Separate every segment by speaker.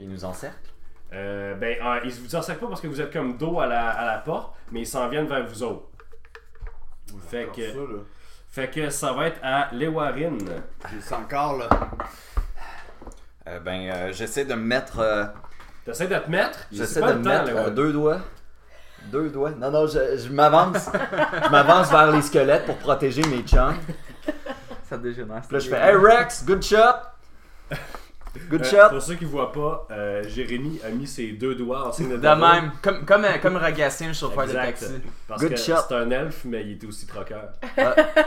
Speaker 1: nous encerclent?
Speaker 2: Euh, ben, euh, ils vous encerclent pas parce que vous êtes comme dos à la, à la porte, mais ils s'en viennent vers vous autres. Fait
Speaker 3: Encore
Speaker 2: que-
Speaker 3: ça, là.
Speaker 2: Fait que ça va être à Lewarin.
Speaker 3: J'ai ça encore, là.
Speaker 1: Euh, ben, euh, j'essaie de me mettre. euh,
Speaker 2: T'essaies de te mettre il
Speaker 1: j'essaie
Speaker 2: pas
Speaker 1: de
Speaker 2: le
Speaker 1: me
Speaker 2: temps,
Speaker 1: mettre
Speaker 2: Lewarin.
Speaker 1: euh, deux doigts. Deux doigts. Non, non, je, je m'avance. je m'avance vers les squelettes pour protéger mes chums.
Speaker 4: Ça hein, dégénère.
Speaker 1: Puis là, je fais Hey Rex, good shot! Good
Speaker 2: Euh,
Speaker 1: shot!
Speaker 2: pour ceux qui voient pas, euh, Jérémy a mis ses deux doigts en signe de
Speaker 4: De
Speaker 2: tableau.
Speaker 4: même, comme, comme, euh, comme Ragassine, chauffeur de
Speaker 2: Exact.
Speaker 4: taxi.
Speaker 2: Parce
Speaker 1: Good
Speaker 2: que
Speaker 1: shot.
Speaker 2: c'est un elfe, mais il était aussi troqueur.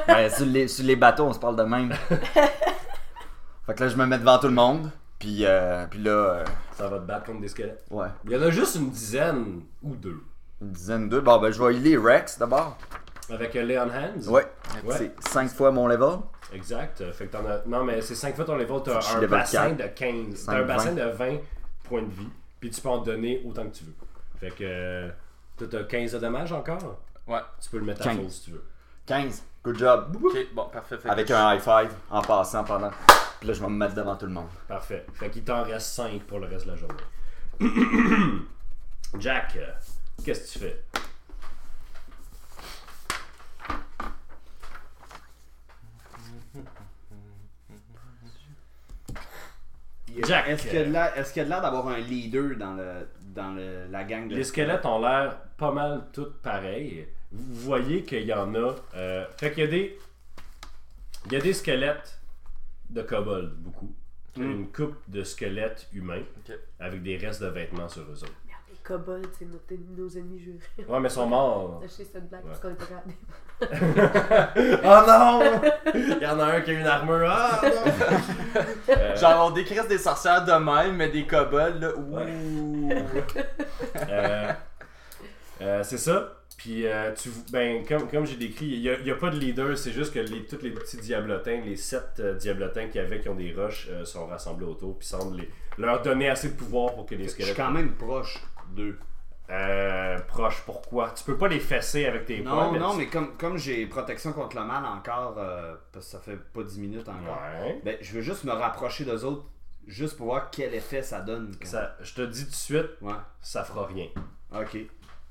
Speaker 1: Ben, sur, les, sur les bateaux, on se parle de même. fait que là, je me mets devant tout le monde. Puis, euh, puis là, euh,
Speaker 2: Ça va te battre contre des squelettes.
Speaker 1: ouais,
Speaker 2: Il y en a juste une dizaine ou deux.
Speaker 1: une dizaine de. Bon, ben, je vais healer Rex d'abord.
Speaker 2: Avec euh, Leon Hands.
Speaker 1: Ouais,
Speaker 2: Ouais.
Speaker 1: c'est 5 fois mon level.
Speaker 2: Exact. Euh, Fait que t'en as... Non, mais c'est 5 fois ton level,
Speaker 1: Je
Speaker 2: t'as
Speaker 1: suis
Speaker 2: un
Speaker 1: level
Speaker 2: bassin
Speaker 1: quatre.
Speaker 2: de 15.
Speaker 1: Cinq,
Speaker 2: T'as un bassin
Speaker 1: vingt.
Speaker 2: de 20 points de vie. Puis tu peux en donner autant que tu veux. Fait que euh, t'as- t'as 15 de dommages encore.
Speaker 4: Ouais.
Speaker 2: Tu peux le mettre à
Speaker 1: Quinze.
Speaker 2: fond si tu veux.
Speaker 1: 15, good job.
Speaker 4: Ok, bon, parfait. fait que
Speaker 1: Avec
Speaker 4: je-
Speaker 1: un high five en passant pendant. Puis là, je vais me mettre devant tout le monde.
Speaker 2: Parfait. Fait qu'il t'en reste 5 pour le reste de la journée. Jack, euh, qu'est-ce que tu fais? Jack,
Speaker 3: Est-ce qu'il y a de l'air est-ce qu'il y a de l'air d'avoir un leader dans, le, dans le- la gang de.
Speaker 2: les squelettes ont l'air pas mal toutes pareilles. Vous voyez qu'il y en a. euh, fait qu'il y a des. Il y a des squelettes de kobold, beaucoup. Une coupe de squelettes humains
Speaker 4: Ok.
Speaker 2: avec des restes de vêtements sur eux autres.
Speaker 5: Merde, les kobolds, c'est notre- nos ennemis jurés.
Speaker 2: Ouais, mais ils sont morts.
Speaker 5: Lâchez cette blague
Speaker 2: Ouais.
Speaker 5: parce qu'on est pas regardé.
Speaker 2: oh non! Il y en a un qui a une armure. Ah non! Euh,
Speaker 4: Genre, on décrisse des sorcières de même, mais des kobolds, là. Ouh.
Speaker 2: euh, euh, c'est ça. Puis, euh, tu, ben, comme, comme j'ai décrit, il n'y a, il y a pas de leader, c'est juste que les, tous les petits diablotins, les sept euh, diablotins qu'il y avait qui ont des roches, euh, sont rassemblés autour, puis semblent les- leur donner assez de pouvoir pour que les
Speaker 3: Je suis
Speaker 2: squelettes.
Speaker 3: quand même proche d'eux.
Speaker 2: Euh, proches, pourquoi Tu peux pas les fesser avec tes
Speaker 3: Non,
Speaker 2: poings,
Speaker 3: non,
Speaker 2: tu-
Speaker 3: mais comme, comme j'ai protection contre le mal encore, euh, parce que ça fait pas 10 minutes encore,
Speaker 2: Ouais.
Speaker 3: ben, je veux juste me rapprocher d'eux autres, juste pour voir quel effet ça donne. quand-
Speaker 2: Ça, je te dis tout de suite,
Speaker 3: Ouais,
Speaker 2: ça fera rien.
Speaker 3: ok.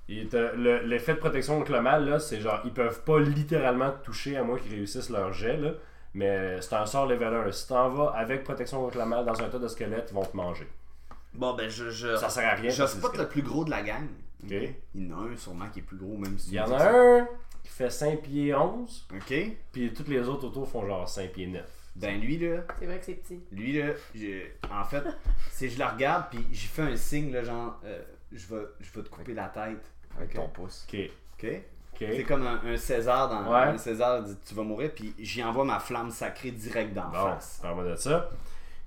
Speaker 2: Il te- le- L'effet de protection contre le mal, là, c'est genre, ils peuvent pas littéralement te toucher à moins qu'ils réussissent leur jet, là. Mais euh, c'est un sort level 1. Si t'en vas avec protection contre le mal dans un tas de squelettes, ils vont te manger.
Speaker 4: Bon, ben, je. je...
Speaker 2: Ça sert à rien.
Speaker 3: Je
Speaker 2: parce que
Speaker 3: spot
Speaker 2: c'est-
Speaker 3: le plus gros de la gang.
Speaker 2: Ok.
Speaker 3: Il y en a un sûrement qui est plus gros, même si.
Speaker 2: Il y en a un qui fait 5 pieds 11,
Speaker 3: Ok.
Speaker 2: puis toutes les autres autour font genre 5 pieds 9.
Speaker 3: Ben lui là,
Speaker 5: C'est vrai que c'est petit.
Speaker 3: lui là, j'ai- en fait, c'est je la regarde puis j'ai fait un signe là genre, euh, je vais, je vais te couper la tête.
Speaker 1: Avec
Speaker 3: Ok.
Speaker 1: ton pouce.
Speaker 2: Ok.
Speaker 3: Ok.
Speaker 2: Ok.
Speaker 3: C'est comme un, un César dans
Speaker 2: Ouais.
Speaker 3: un César dit tu vas mourir puis j'y envoie ma flamme sacrée direct dans la
Speaker 2: Bon,
Speaker 3: face.
Speaker 2: parle-moi de ça.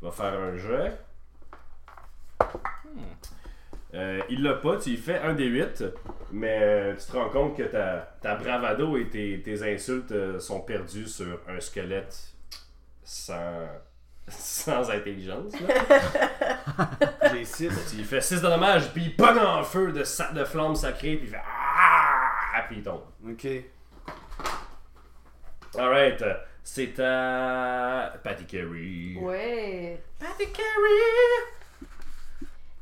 Speaker 2: Il va faire un jet. Euh, il l'a pas, tu y fais un des 8, mais euh, tu te rends compte que ta, ta bravado et tes, tes insultes euh, sont perdues sur un squelette sans, sans intelligence. là.
Speaker 3: J'ai 6.
Speaker 2: tu y fais 6 de dommages, puis il pogne en feu de, sa- de flammes sacrées, puis il fait Ah! Puis il tombe.
Speaker 3: Ok.
Speaker 2: Alright, euh, c'est à. Patty Carey.
Speaker 5: Ouais.
Speaker 2: Patty Carey!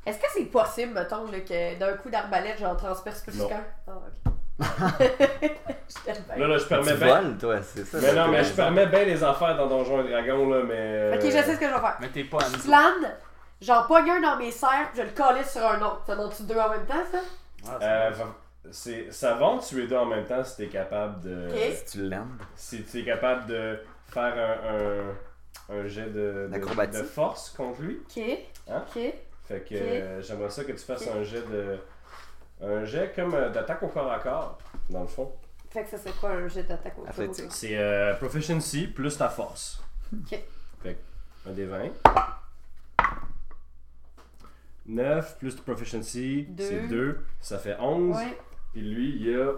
Speaker 5: Est-ce que c'est possible, mettons, là, que d'un coup d'arbalète, j'en transperce plus
Speaker 2: Non.
Speaker 5: qu'un? Ah, ok. J'étais bien.
Speaker 2: Là, là, je permets
Speaker 1: Tu
Speaker 2: bien-
Speaker 1: voles, toi, c'est ça.
Speaker 2: Mais non, mais je permets bien les affaires dans Donjons et Dragons, là, mais. euh,
Speaker 5: Ok, je sais ce que je vais faire.
Speaker 4: Mais t'es pas à
Speaker 5: Je plane, j'en pogne un dans mes serres, puis je le collais sur un autre. Ça donne-tu deux en même temps, ça?
Speaker 3: Ah, ça
Speaker 2: Euh,
Speaker 3: va.
Speaker 2: fa- c'est- ça va en tuer deux en même temps si t'es capable de.
Speaker 5: Ok.
Speaker 1: Tu l'aimes.
Speaker 2: Si t'es capable de faire un, un, un jet de, de,
Speaker 1: D'acrobatie.
Speaker 2: de force contre lui.
Speaker 5: Ok.
Speaker 2: Hein?
Speaker 5: Ok.
Speaker 2: Fait que
Speaker 5: Ok.
Speaker 2: euh, j'aimerais ça que tu fasses
Speaker 5: Ok.
Speaker 2: un jet de. Un jet comme euh, d'attaque au corps à corps, dans le fond.
Speaker 5: Fait que ça, c'est quoi un jet d'attaque au tour?
Speaker 1: Athlétique.
Speaker 2: C'est euh, proficiency plus ta force.
Speaker 5: Ok.
Speaker 2: Fait que, un des 20. 9 plus proficiency,
Speaker 5: Deux.
Speaker 2: c'est 2. Ça fait 11.
Speaker 5: Ouais.
Speaker 2: Puis lui, il a.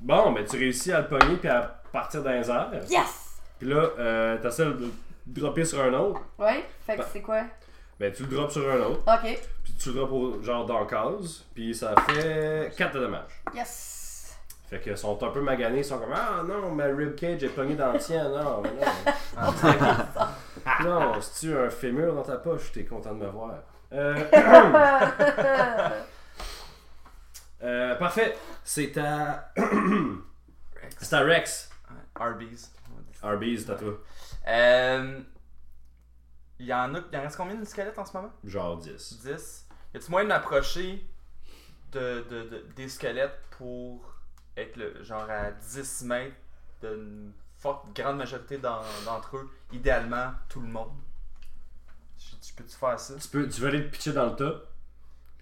Speaker 2: Bon, mais tu réussis à le pogner puis à partir dans les airs.
Speaker 5: Yes!
Speaker 2: Puis là, euh, t'as ça de dropper sur un autre.
Speaker 5: Ouais. Fait que
Speaker 2: Bah.
Speaker 5: c'est quoi?
Speaker 2: Ben, tu le drops sur un autre.
Speaker 5: Ok.
Speaker 2: Puis tu le drops au- genre dans la case. Puis ça fait 4 de dommages.
Speaker 5: Yes!
Speaker 2: Fait que sont un peu maganés. Ils sont comme Ah non, ma ribcage est pognée dans le tien. Non, mais non. non, si tu un fémur dans ta poche, t'es content de me voir. Euh, euh, parfait. C'est à. C'est à Rex.
Speaker 4: Ouais, Arby's.
Speaker 2: Arby's, t'as toi.
Speaker 4: Euh, Il y en a. Il en reste combien de squelettes en ce moment
Speaker 2: Genre 10.
Speaker 4: 10. Y a-tu moyen de m'approcher de, de, de- des squelettes pour être le, genre à 10 mètres d'une forte grande majorité d'en- d'entre eux, idéalement tout le monde? Je, je peux-tu faire ça?
Speaker 2: Tu, peux, tu veux aller te pitcher dans le tas?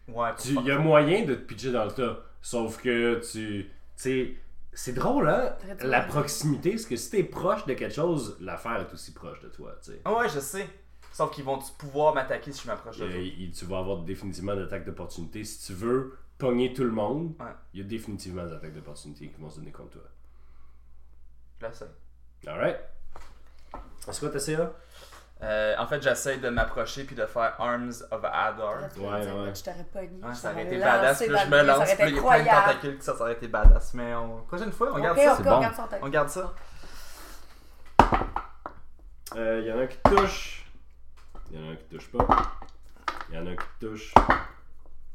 Speaker 4: Ouais, pour
Speaker 2: Tu-
Speaker 4: faire-
Speaker 2: Il y a moyen de te pitcher dans le tas. Sauf que tu. Tu sais, c'est drôle, hein?
Speaker 5: Très drôle.
Speaker 2: La proximité, parce que si t'es proche de quelque chose, l'affaire est aussi proche de toi, tu sais.
Speaker 4: Ah ouais, je sais. Sauf qu'ils vont-tu pouvoir m'attaquer si je m'approche de
Speaker 2: Euh,
Speaker 4: eux?
Speaker 2: il- tu vas avoir définitivement d'attaques d'opportunité. Si tu veux pogner tout le monde,
Speaker 4: Ouais.
Speaker 2: il y a définitivement des attaques d'opportunité qui vont se donner contre toi.
Speaker 4: Je l'essaie.
Speaker 2: Alright. C'est quoi ta CA?
Speaker 4: Euh, en fait, j'essaie de m'approcher puis de faire Arms of Adar.
Speaker 2: Ouais, ouais.
Speaker 5: Je t'aurais pas dit.
Speaker 4: Ouais,
Speaker 5: je
Speaker 4: Ah, ça aurait
Speaker 5: t'aurais
Speaker 4: été
Speaker 5: lancé
Speaker 4: badass, puis là,
Speaker 5: dans
Speaker 4: je
Speaker 5: le
Speaker 4: me
Speaker 5: nez, ça
Speaker 4: lance,
Speaker 5: aurait
Speaker 4: puis là, il y a plein de
Speaker 5: été incroyable.
Speaker 4: tentacules, ça, ça aurait été badass, mais on... prochaine fois, on garde
Speaker 5: Ok,
Speaker 4: ça.
Speaker 5: ok,
Speaker 1: c'est
Speaker 5: on
Speaker 1: bon.
Speaker 5: garde son tête.
Speaker 4: On garde ça.
Speaker 2: Euh, Il y en a un qui touche. Il y en a un qui touche pas. Il y en a un qui touche.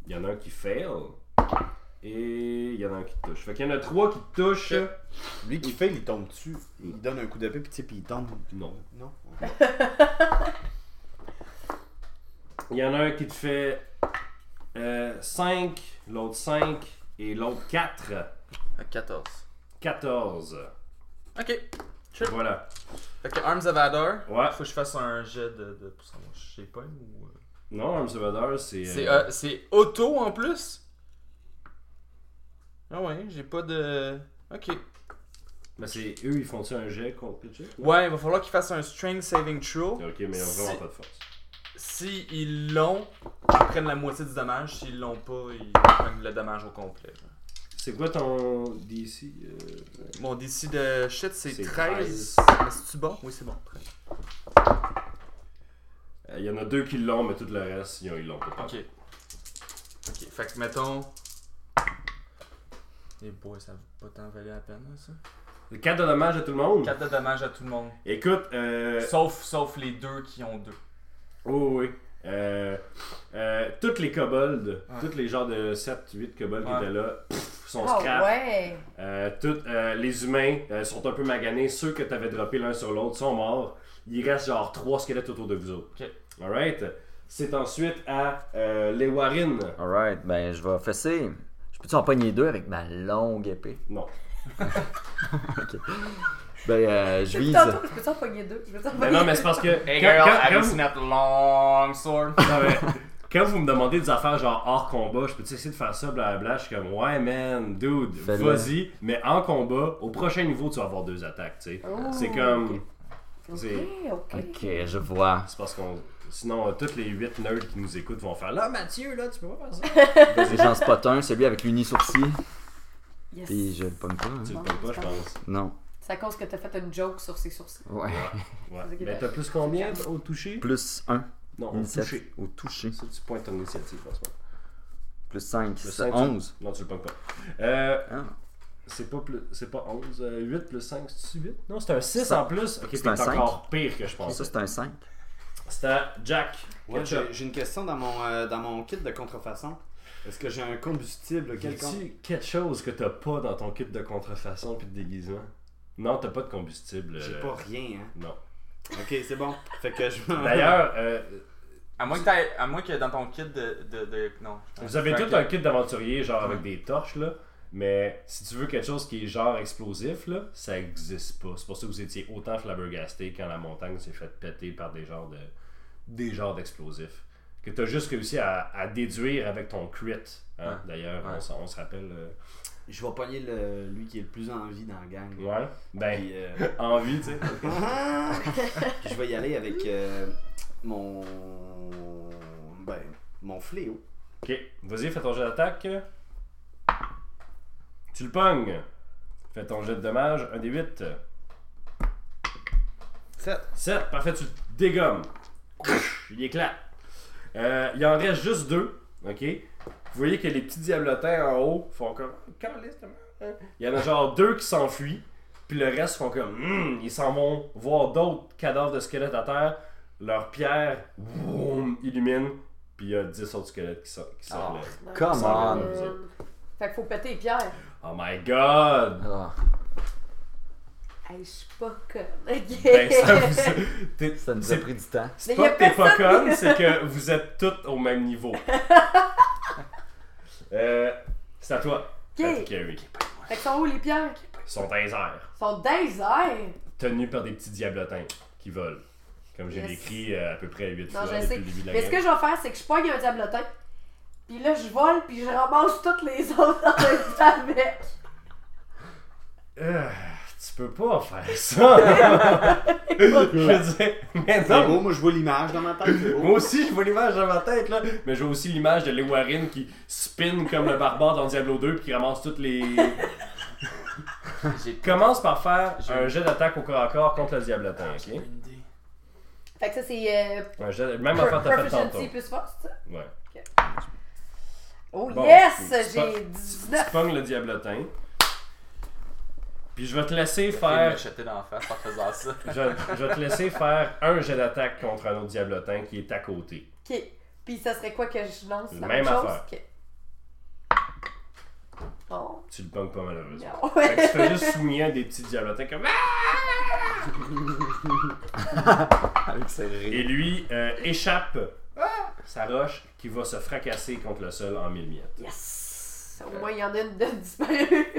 Speaker 2: Il y en a un qui fail. Et il y en a un qui touche. Fait qu'il y en a trois qui touchent.
Speaker 3: Lui qui fait, il tombe dessus. Il donne un coup d'épée, puis tu sais, puis il tombe.
Speaker 2: Non.
Speaker 3: Non.
Speaker 2: Il y en a un qui te fait 5, l'autre 5 et l'autre 4.
Speaker 4: 14.
Speaker 2: 14.
Speaker 4: Ok.
Speaker 2: Voilà.
Speaker 4: Fait que Arms of Adar,
Speaker 2: Ouais.
Speaker 4: faut que je fasse un jet de. de pour savoir, je sais pas. Ou... euh,
Speaker 2: Non, Arms of Adar, c'est.
Speaker 4: C'est
Speaker 2: euh,
Speaker 4: euh, c'est auto en plus Ah ouais, j'ai pas de. Ok.
Speaker 2: ben, c'est eux, ils font-tu un jet contre le check?
Speaker 4: Ouais, il va falloir qu'ils fassent un Strength Saving Throw.
Speaker 2: Ok, mais ils ont vraiment
Speaker 4: C'est-
Speaker 2: pas de force.
Speaker 4: Si ils l'ont, ils prennent la moitié du dommage. S'ils l'ont pas, ils prennent le dommage au complet.
Speaker 2: C'est quoi ton DC euh,
Speaker 4: Mon DC de shit, c'est
Speaker 2: C'est
Speaker 4: 13. Mais c'est-tu bon Oui, c'est bon. 13.
Speaker 2: euh, Il y en a deux qui l'ont, mais tout le reste, ils ont- ils l'ont pas.
Speaker 4: Ok. Ok, fait que mettons. Les boys, ça va pas t'en valer la peine, hein, ça.
Speaker 2: 4 de dommages à tout le monde.
Speaker 4: 4 de dommages à tout le monde.
Speaker 2: Écoute, euh,
Speaker 4: Sauf, sauf les deux qui ont deux.
Speaker 2: Oh oui. Euh, euh, toutes les kobolds,
Speaker 4: Ouais.
Speaker 2: tous les genres de 7-8 kobolds
Speaker 4: Ouais.
Speaker 2: qui étaient là, pff, sont
Speaker 5: Ah
Speaker 2: scrap.
Speaker 5: ouais.
Speaker 2: Euh, toutes, euh, les humains euh, sont un peu maganés. Ceux que t'avais droppés l'un sur l'autre sont morts. Il reste genre 3 squelettes autour de vous autres.
Speaker 4: Ok.
Speaker 2: Alright. C'est ensuite à euh, les Warren.
Speaker 1: Alright, ben je vais fesser. Je peux-tu en pogner deux avec ma longue épée?
Speaker 2: Non.
Speaker 1: Ben euh, je vise.
Speaker 5: Tantôt, je peux en pogner deux. Je peux t'en
Speaker 2: Mais
Speaker 5: pogner
Speaker 2: Ben non, mais c'est parce que.
Speaker 4: Hey
Speaker 2: quand-
Speaker 4: girl,
Speaker 2: quand-
Speaker 4: have
Speaker 2: quand
Speaker 4: you
Speaker 2: vous- Ah
Speaker 4: seen that long sword?
Speaker 2: Non, mais quand vous me demandez des affaires genre hors combat, je peux essayer de faire ça blablabla, je suis comme ouais man, dude,
Speaker 1: Fais-le.
Speaker 2: vas-y, mais en combat, au prochain niveau, tu vas avoir deux attaques, tu sais.
Speaker 5: Oh,
Speaker 2: c'est comme c'est
Speaker 5: deux. Ok, ok.
Speaker 1: Ok, je vois.
Speaker 2: c'est parce qu'on sinon euh, toutes les 8 nerds qui nous écoutent vont faire là Mathieu là, tu peux pas faire
Speaker 5: Ah,
Speaker 2: ça.
Speaker 1: J'ai j'en spot un, celui avec l'uni sourcil.
Speaker 5: Yes.
Speaker 1: Puis je le pogne pas. hein.
Speaker 2: tu le
Speaker 5: Non,
Speaker 2: peux pas je
Speaker 5: c'est
Speaker 2: pense.
Speaker 1: Non.
Speaker 5: C'est à cause que t'as fait une joke sur ses sourcils.
Speaker 1: Ouais.
Speaker 2: Ouais.
Speaker 5: C'est
Speaker 2: Mais
Speaker 5: dégueulasse.
Speaker 2: t'as plus combien au toucher
Speaker 1: Plus 1.
Speaker 2: Non, au
Speaker 1: Initiative.
Speaker 2: toucher.
Speaker 1: Au toucher.
Speaker 2: Ça tu pointes ton initiative en ce moment.
Speaker 1: Plus 5.
Speaker 2: Plus
Speaker 1: C'est
Speaker 2: cinq,
Speaker 1: 11.
Speaker 2: Non, tu le pognes pas. Euh,
Speaker 1: Ah.
Speaker 2: c'est pas plus c'est pas 11, euh, 8 plus 5, c'est 8 Non, c'est un 6
Speaker 1: Ça-
Speaker 2: en plus. OK,
Speaker 1: c'est
Speaker 2: t'es
Speaker 1: un cinq.
Speaker 2: encore pire que je pensais.
Speaker 1: Ça, c'est un 5.
Speaker 2: C'est à Jack.
Speaker 3: Ouais,
Speaker 2: Ketchup.
Speaker 3: j'ai j'ai une question dans mon, euh, dans mon kit de contrefaçon. Est-ce que j'ai un combustible quelconque
Speaker 2: Quelqu'un- quelque chose que t'as pas dans ton kit de contrefaçon puis de déguisement? Non, t'as pas de combustible. euh,
Speaker 3: J'ai pas rien, hein.
Speaker 2: Non.
Speaker 3: Ok, c'est bon. Fait que je.
Speaker 2: D'ailleurs, euh,
Speaker 4: À moins que, t'ailles- à moins que dans ton kit de. de, de- non.
Speaker 2: vous avez
Speaker 4: Fait
Speaker 2: tout
Speaker 4: que-
Speaker 2: un kit d'aventurier, genre avec des torches, là. Mais si tu veux quelque chose qui est genre explosif, là, ça existe pas. C'est pour ça que vous étiez autant flabbergasté quand la montagne s'est faite péter par des genres de. des genres d'explosifs. Que t'as juste réussi à, à déduire avec ton crit. hein.
Speaker 4: Ouais.
Speaker 2: D'ailleurs, on
Speaker 4: Ouais.
Speaker 2: s'en- on se rappelle. euh,
Speaker 3: Je vais pogner le, lui qui est le plus en vie dans la gang.
Speaker 2: Ouais. Ben,
Speaker 3: Puis, euh,
Speaker 2: envie, tu sais.
Speaker 3: Puis je vais y aller avec euh, mon. Ben, mon fléau.
Speaker 2: Ok, vas-y, fais ton jet d'attaque. Tu le pognes. Fais ton jet de dommage, un des 8.
Speaker 3: 7.
Speaker 2: 7, parfait, tu le dégommes. Il éclate. Euh, il en reste juste deux, ok? Vous voyez que les petits diablotins en haut font comme. Caliste, hein? Il y en a genre deux qui s'enfuient, puis le reste font comme. Hmm ils s'en vont voir d'autres cadavres de squelettes à terre. Leur pierre illumine, Puis il y a 10 autres squelettes qui sortent. Qui
Speaker 1: Ah.
Speaker 2: sortent là.
Speaker 1: Come
Speaker 2: Ça
Speaker 1: on!
Speaker 2: va.
Speaker 5: Euh, Fait qu'il faut péter les pierres.
Speaker 2: Oh my god!
Speaker 1: Ah,
Speaker 5: Hey, je suis pas conne. ok.
Speaker 2: Ben, ça vous. t'es-
Speaker 1: ça nous a
Speaker 2: c'est-
Speaker 1: pris du temps.
Speaker 2: C'est
Speaker 5: Mais y
Speaker 2: pas
Speaker 5: a
Speaker 2: que t'es pas
Speaker 5: personne-
Speaker 2: conne, c'est que vous êtes toutes au même niveau. euh, c'est à toi. Patrick
Speaker 5: ok.
Speaker 2: Carey.
Speaker 5: Fait que sont où les pierres?
Speaker 2: Son taser.
Speaker 5: Ils sont dans les airs.
Speaker 2: Tenu par des petits diablotins qui volent. Comme j'ai
Speaker 5: Yes.
Speaker 2: décrit euh, à peu près 8
Speaker 5: Non,
Speaker 2: fois
Speaker 5: je
Speaker 2: depuis
Speaker 5: sais.
Speaker 2: le début de la
Speaker 5: Mais ce
Speaker 2: game.
Speaker 5: que je vais faire, c'est que je pogne un diablotin. Puis là, je vole, puis je ramasse toutes les autres en même temps avec.
Speaker 2: Euh, tu peux pas faire ça! je veux dire, mais
Speaker 3: C'est
Speaker 2: non!
Speaker 3: beau, moi je vois l'image dans ma tête. c'est beau.
Speaker 2: Moi aussi, je vois l'image dans ma tête, là. Mais je vois aussi l'image de Lewarin qui spin comme le barbare dans Diablo 2 puis qui ramasse toutes les.
Speaker 4: J'ai
Speaker 2: Commence par faire
Speaker 4: J'ai-
Speaker 2: un jet d'attaque au corps à corps contre le diablotin, ok?
Speaker 4: une idée.
Speaker 5: Fait que ça, c'est euh,
Speaker 2: Un jet... Même affaire
Speaker 5: pro-
Speaker 2: t'as fait tantôt.
Speaker 5: proficiency plus force, ça.
Speaker 2: Ouais.
Speaker 5: Oh
Speaker 2: Bon, c'est-
Speaker 5: yes!
Speaker 2: c'est pas-
Speaker 5: J'ai
Speaker 2: Tu
Speaker 5: 19.
Speaker 2: pognes le diablotin. Puis je vais te laisser
Speaker 4: Fais une
Speaker 2: faire.
Speaker 4: machette d'en face en faisant ça.
Speaker 2: Je, je vais te laisser faire un jet d'attaque contre un autre diablotin qui est à côté.
Speaker 5: Ok. Puis ça serait quoi que je lance la
Speaker 2: Même
Speaker 5: même, chose?
Speaker 2: affaire.
Speaker 5: Ok. Oh,
Speaker 2: Tu le pognes pas malheureusement.
Speaker 5: non.
Speaker 2: Fait que tu fais juste soumis à des petits diablotins comme. Ah!
Speaker 1: Avec ses
Speaker 2: Et
Speaker 1: rires.
Speaker 2: lui euh, échappe ah, sa roche qui va se fracasser contre le sol en mille miettes.
Speaker 5: Yes! Au moins, il y en a une de disparue.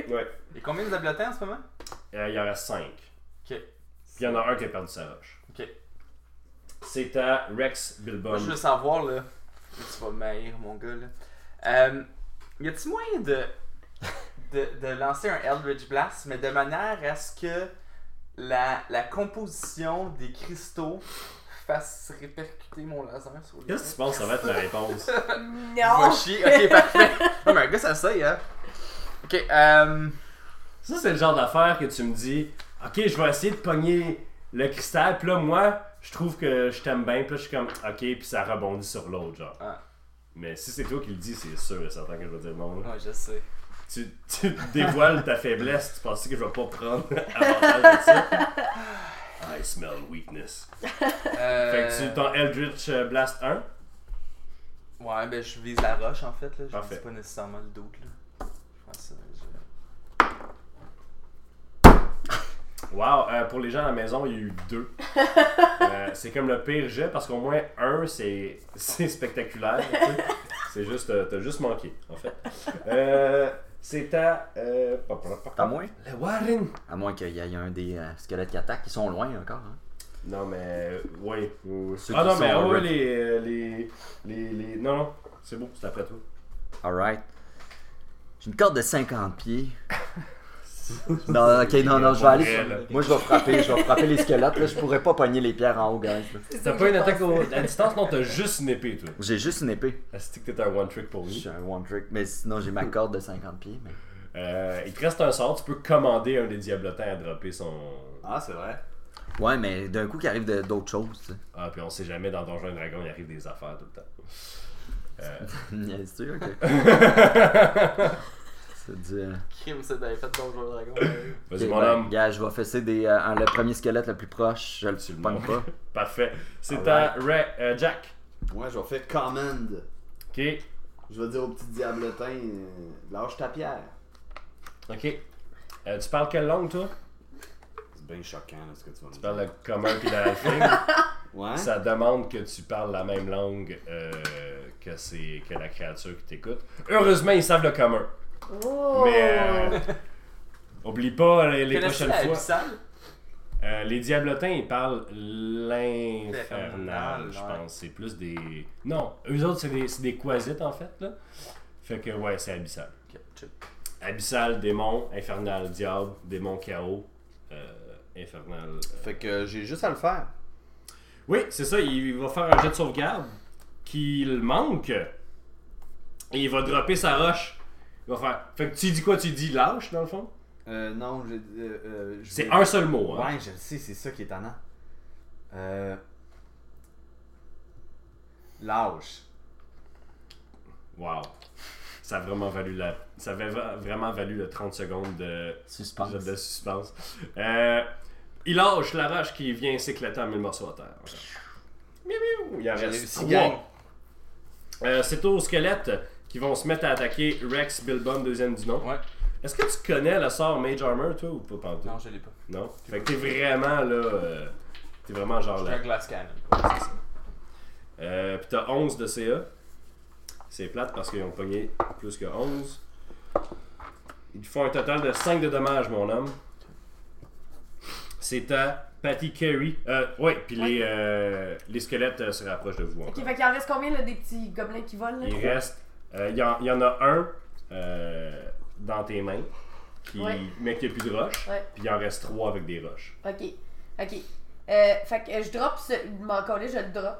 Speaker 2: Ouais.
Speaker 4: Et combien de diablotins en ce moment
Speaker 2: Euh, il y en reste 5.
Speaker 4: Ok.
Speaker 2: Puis il y en a un qui a perdu sa roche.
Speaker 4: Ok.
Speaker 2: C'est à Rex Bilbon.
Speaker 4: Moi, je veux savoir, là. Tu vas m'haïr, mon gars, là. Euh, y a-t-il moyen de, de, de lancer un Eldritch Blast, mais de manière à ce que la, la composition des cristaux fasse répercuter mon laser sur les.
Speaker 2: Qu'est-ce que tu penses que ça va être ma réponse?
Speaker 5: non!
Speaker 4: Va chier. Ok, parfait. Non, mais un gars, ça sait, hein. Ok, euh.
Speaker 2: Ça, c'est le genre d'affaire que tu me dis Ok, je vais essayer de pogner le cristal, puis là, moi, je trouve que je t'aime bien, puis là, je suis comme Ok, puis ça rebondit sur l'autre, genre.
Speaker 4: Ah.
Speaker 2: Mais si c'est toi qui le dis, c'est sûr et certain que je vais dire non. là.
Speaker 4: Ouais, je sais.
Speaker 2: Tu, tu dévoiles ta faiblesse, tu penses que je vais pas prendre avantage de ça.
Speaker 1: Ah,
Speaker 2: I smell weakness.
Speaker 4: Euh,
Speaker 2: Fait que tu ton Eldritch euh, Blast 1.
Speaker 4: Ouais, ben je vise la roche en fait, là. Je
Speaker 2: Parfait.
Speaker 4: vise pas nécessairement le doute, là. Je pense que je-
Speaker 2: Wow, euh, pour les gens à la maison, il y a eu deux. Euh, c'est comme le pire jet parce qu'au moins un, c'est c'est spectaculaire. tu sais. C'est juste, euh, t'as juste manqué, en fait. Euh, c'est à. Euh, pop, pop, pop,
Speaker 1: À moins,
Speaker 2: Le Warren!
Speaker 1: à moins qu'il y ait un des euh, squelettes qui attaque, ils sont loin encore. Hein.
Speaker 2: Non, mais. Oui. oui.
Speaker 1: Ceux
Speaker 2: Ah
Speaker 1: qui
Speaker 2: non, mais
Speaker 1: sont
Speaker 2: ouais,
Speaker 1: red.
Speaker 2: les, euh, les, les, les. Non, non, c'est bon, c'est après toi.
Speaker 1: Alright. J'ai une corde de 50 pieds. Non, ok, non, non, je vais aller.
Speaker 2: Réel.
Speaker 1: Moi, je vais frapper, je vais frapper les squelettes. Là, je pourrais pas pogner les pierres en haut, guys. là.
Speaker 2: T'as pas une attaque au- à distance, non, t'as juste une épée, toi.
Speaker 1: J'ai juste une épée.
Speaker 2: Est-ce que t'es un one trick pour
Speaker 1: Je
Speaker 2: lui?
Speaker 1: suis un one trick, mais sinon j'ai ma corde de 50 pieds. Mais...
Speaker 2: Euh, il te reste un sort, tu peux commander un des diablotins à dropper son.
Speaker 3: Ah, c'est vrai.
Speaker 1: Ouais, mais d'un coup, qui arrive de- d'autres choses. tu sais.
Speaker 2: Ah, puis on sait jamais, dans Donjons et Dragons, il arrive des affaires tout le temps. Euh,
Speaker 1: Yes, tu ok. C'est du. euh,
Speaker 4: Crime, c'est d'aller fait ton jeu dragon.
Speaker 2: Vas-y,
Speaker 1: ok,
Speaker 2: mon
Speaker 1: ben,
Speaker 2: homme.
Speaker 1: gars, je vais fesser des, euh, un- le premier squelette le plus proche. Je le
Speaker 2: Tu le
Speaker 1: pogne pas.
Speaker 2: Parfait. C'est à
Speaker 1: Alright.
Speaker 2: Ra- euh, Jack.
Speaker 3: Moi, je vais faire command.
Speaker 2: Ok.
Speaker 3: Je vais dire au petit diablotin, euh, lâche ta pierre.
Speaker 2: Ok. Euh, tu parles quelle langue, toi
Speaker 3: C'est bien choquant là, ce que tu vas me
Speaker 2: Tu
Speaker 3: dire.
Speaker 2: parles le commun puis
Speaker 1: Hein?
Speaker 2: l'alpha.
Speaker 3: Ouais.
Speaker 2: Ça demande que tu parles la même langue euh, que, c'est, que la créature qui t'écoute. Heureusement, ils savent le commun.
Speaker 5: Oh!
Speaker 2: Mais. euh, oublie pas euh, les, les
Speaker 4: Connais-tu
Speaker 2: prochaines
Speaker 4: Oh.
Speaker 2: fois.
Speaker 4: la abyssale?
Speaker 2: Euh, les diablotins, ils parlent l'infernal,
Speaker 4: L'infernal,
Speaker 2: je
Speaker 4: ouais.
Speaker 2: pense. C'est plus des. Non, eux autres, c'est des, c'est des quasites, en fait. Là. Fait que, ouais, c'est abyssal.
Speaker 4: Ok, chill.
Speaker 2: Abyssal, démon, infernal, diable, démon, chaos, euh, infernal. euh.
Speaker 3: Fait que j'ai juste à le faire.
Speaker 2: Oui, c'est ça, il, il va faire un jet de sauvegarde qu'il manque. Et il va dropper sa roche. Il va faire. Fait que tu dis quoi Tu dis lâche, dans le fond
Speaker 3: Euh, non, j'ai. euh, euh, je
Speaker 2: C'est
Speaker 3: voulais-
Speaker 2: un seul mot, hein.
Speaker 3: Ouais, je le sais, c'est ça qui est étonnant. Euh. Lâche.
Speaker 2: Wow. Ça a vraiment valu la. Ça avait vra- vraiment valu le 30 secondes de
Speaker 1: Suspense.
Speaker 2: de suspense. Euh, il lâche la roche qui vient s'éclater en mille morceaux à terre. Miou, miou. Il en
Speaker 3: J'ai
Speaker 2: reste
Speaker 3: réussi,
Speaker 2: trois.
Speaker 3: gang.
Speaker 2: Euh, c'est aux squelettes qui vont se mettre à attaquer Rex Bilbon, deuxième du nom.
Speaker 4: Ouais.
Speaker 2: Est-ce que tu connais le sort Mage Armor, toi, ou pas pantoute?
Speaker 4: Non, je l'ai pas.
Speaker 2: Non? Fait que t'es vraiment, là... euh, t'es vraiment genre
Speaker 4: Je suis
Speaker 2: là...
Speaker 4: un glass cannon.
Speaker 2: Euh, Puis t'as 11 de CA. C'est plate parce qu'ils ont pogné plus que 11. Ils font un total de 5 de dommages, mon homme. C'est à Patty Carey. Euh, ouais, puis les, euh, les squelettes euh, se rapprochent de vous.
Speaker 5: Ok,
Speaker 2: encore.
Speaker 5: fait qu'il en reste combien là, des petits gobelins qui volent là?
Speaker 2: Il reste. euh, Il y, en- il y en a un euh, dans tes mains, qui,
Speaker 5: Ouais.
Speaker 2: mais qui a plus de roches.
Speaker 5: Ouais.
Speaker 2: Puis il en reste 3 avec des roches.
Speaker 5: Ok, ok. Euh, fait que euh, je drop ce. M'en coller, je le drop.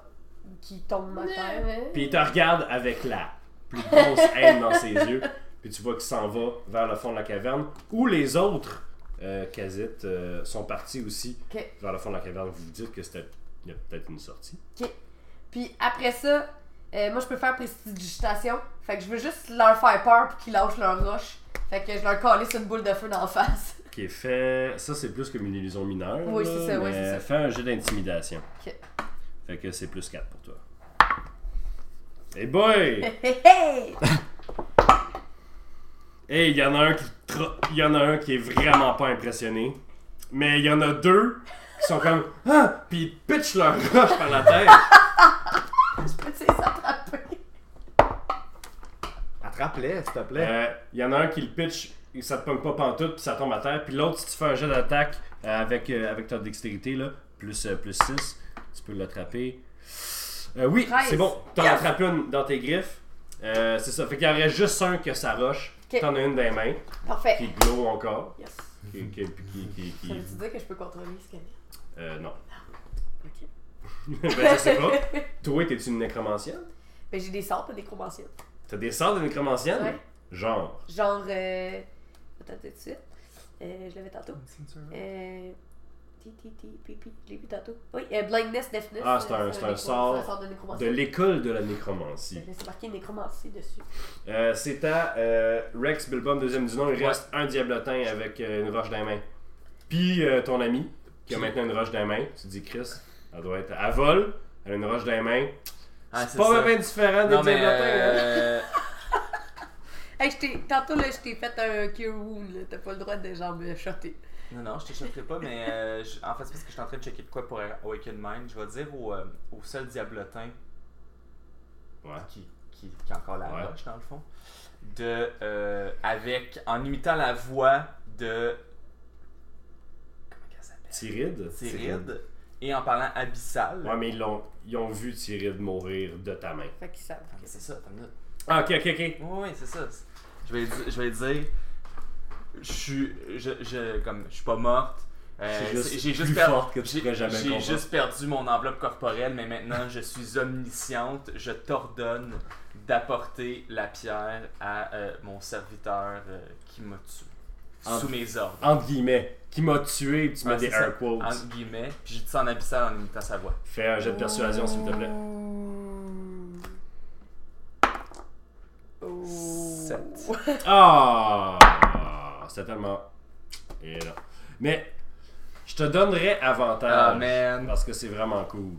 Speaker 5: Qui tombe à terre.
Speaker 2: Puis il te regarde avec la plus grosse haine dans ses yeux. Puis tu vois qu'il s'en va vers le fond de la caverne. Où les autres euh, casites euh, sont partis aussi
Speaker 5: Ok.
Speaker 2: vers le fond de la caverne. Vous vous dites que c'était. Il y a peut-être une sortie.
Speaker 5: Puis après ça, euh, moi je peux faire prestidigitation. Fait que je veux juste leur faire peur pour qu'ils lâchent leur roche. Fait que je leur calisse une boule de feu dans la face.
Speaker 2: Qui est fait. Ça, c'est plus comme une illusion mineure.
Speaker 5: Oui,
Speaker 2: là,
Speaker 5: c'est ça, oui,
Speaker 2: mais
Speaker 5: c'est ça.
Speaker 2: Fais un jeu d'intimidation.
Speaker 5: Ok.
Speaker 2: Fait que c'est plus 4 pour toi. Hey boy!
Speaker 5: Hé hé hé!
Speaker 2: Hey, il y en a un qui tra- il y en a un qui est vraiment pas impressionné. Mais il y en a deux qui sont comme ah, puis ils pitchent leur roche par la tête.
Speaker 5: Je peux essayer de s'attraper.
Speaker 3: Attrape-les, s'il te
Speaker 2: Euh, Il
Speaker 3: plaît.
Speaker 2: y en a un qui le pitch, et ça te pogne pas pantoute puis ça tombe à terre. Puis l'autre si tu fais un jet d'attaque euh, avec euh, avec ta dextérité là, plus euh, plus 6, tu peux l'attraper. Euh, oui,
Speaker 5: Treize.
Speaker 2: c'est bon. T'en
Speaker 5: Yes.
Speaker 2: attrapes une dans tes griffes. Euh, c'est ça. Fait qu'il y en reste juste un que ça roche.
Speaker 5: Ok.
Speaker 2: T'en as une dans les mains
Speaker 5: Parfait.
Speaker 2: qui glow encore.
Speaker 5: Yes.
Speaker 2: Qui, qui, qui- qui- qui-
Speaker 5: Ça veut dire que je peux contrôler ce qu'elle est?
Speaker 2: Euh, non.
Speaker 5: Ok.
Speaker 2: ben, je sais pas. Toi, t'es-tu une nécromancienne?
Speaker 5: Ben j'ai des sorts de nécromancienne.
Speaker 2: T'as des sorts de nécromancienne?
Speaker 5: Ouais.
Speaker 2: Genre.
Speaker 5: Genre, euh... Attends tout de suite. Euh, je l'avais tantôt. Euh... Ti ti ti pi pi. Je l'ai vu tantôt. Oui, euh, blindness, deafness.
Speaker 2: Ah, c'est
Speaker 5: euh,
Speaker 2: un- c'est un
Speaker 5: nécro-
Speaker 2: sort
Speaker 5: C'est un sort de
Speaker 2: De
Speaker 5: nécromancie.
Speaker 2: l'école de la nécromancie.
Speaker 5: C'est marqué nécromancie dessus.
Speaker 2: Euh, c'est à euh, Rex Bilbom, deuxième du nom. Il reste un diablotin avec euh, une roche dans la main. Puis euh, ton ami, qui a maintenant une roche dans la main, tu dis Chris, elle doit être. Elle vole, elle a une roche dans la main.
Speaker 4: Ah,
Speaker 2: C'est pas bien différent des
Speaker 4: Non, mais.
Speaker 2: diablotins, hein?
Speaker 4: euh,
Speaker 5: Hey, je t'ai- tantôt, là, je t'ai fait un cure wound. là. T'as pas le droit de genre me shotter.
Speaker 4: Non, non, je t'échapperai pas, mais euh, je- en fait, c'est parce que je suis en train de checker de quoi pour Awaken Mind. Je vais dire au, euh, au seul diablotin
Speaker 2: hein? Ouais.
Speaker 4: qui, qui, qui a encore la
Speaker 2: Ouais.
Speaker 4: roche, dans le fond, de, euh, avec, en imitant la voix de. Comment qu'elle s'appelle
Speaker 2: Tyride.
Speaker 4: Tyride, et en parlant abyssal.
Speaker 2: Ouais, mais ils, l'ont, ils ont vu Tyride mourir de ta main.
Speaker 5: Fait qu'ils savent.
Speaker 4: Ah, mais c'est ça, attends une minute.
Speaker 2: Ah, ok, ok, ok.
Speaker 4: Oui, oui, c'est ça. Je vais, di- je vais dire, je suis, je, je, comme, je suis pas morte. Euh,
Speaker 2: C'est
Speaker 4: c'est-
Speaker 2: juste
Speaker 4: j'ai juste,
Speaker 2: plus
Speaker 4: per-
Speaker 2: forte que tu
Speaker 4: j'ai-
Speaker 2: pourrais jamais
Speaker 4: j'ai
Speaker 2: comprendre.
Speaker 4: juste perdu mon enveloppe corporelle, mais maintenant je suis omnisciente. Je t'ordonne d'apporter la pierre à euh, mon serviteur euh, qui m'a tué.
Speaker 2: Ah.
Speaker 4: Sous mes ordres.
Speaker 2: Entre guillemets, qui m'a tué, puis tu mets
Speaker 4: Ah,
Speaker 2: des
Speaker 4: c'est ça.
Speaker 2: air quotes.
Speaker 4: Entre guillemets, puis j'ai dit ça en abyssal en imitant sa voix.
Speaker 2: Fais un jet de persuasion, s'il te plaît.
Speaker 5: Oh.
Speaker 2: Oh.
Speaker 4: Sept.
Speaker 2: Ah! C'était tellement. Et là. Mais, je te donnerais avantage.
Speaker 4: Ah, man.
Speaker 2: Parce que c'est vraiment cool.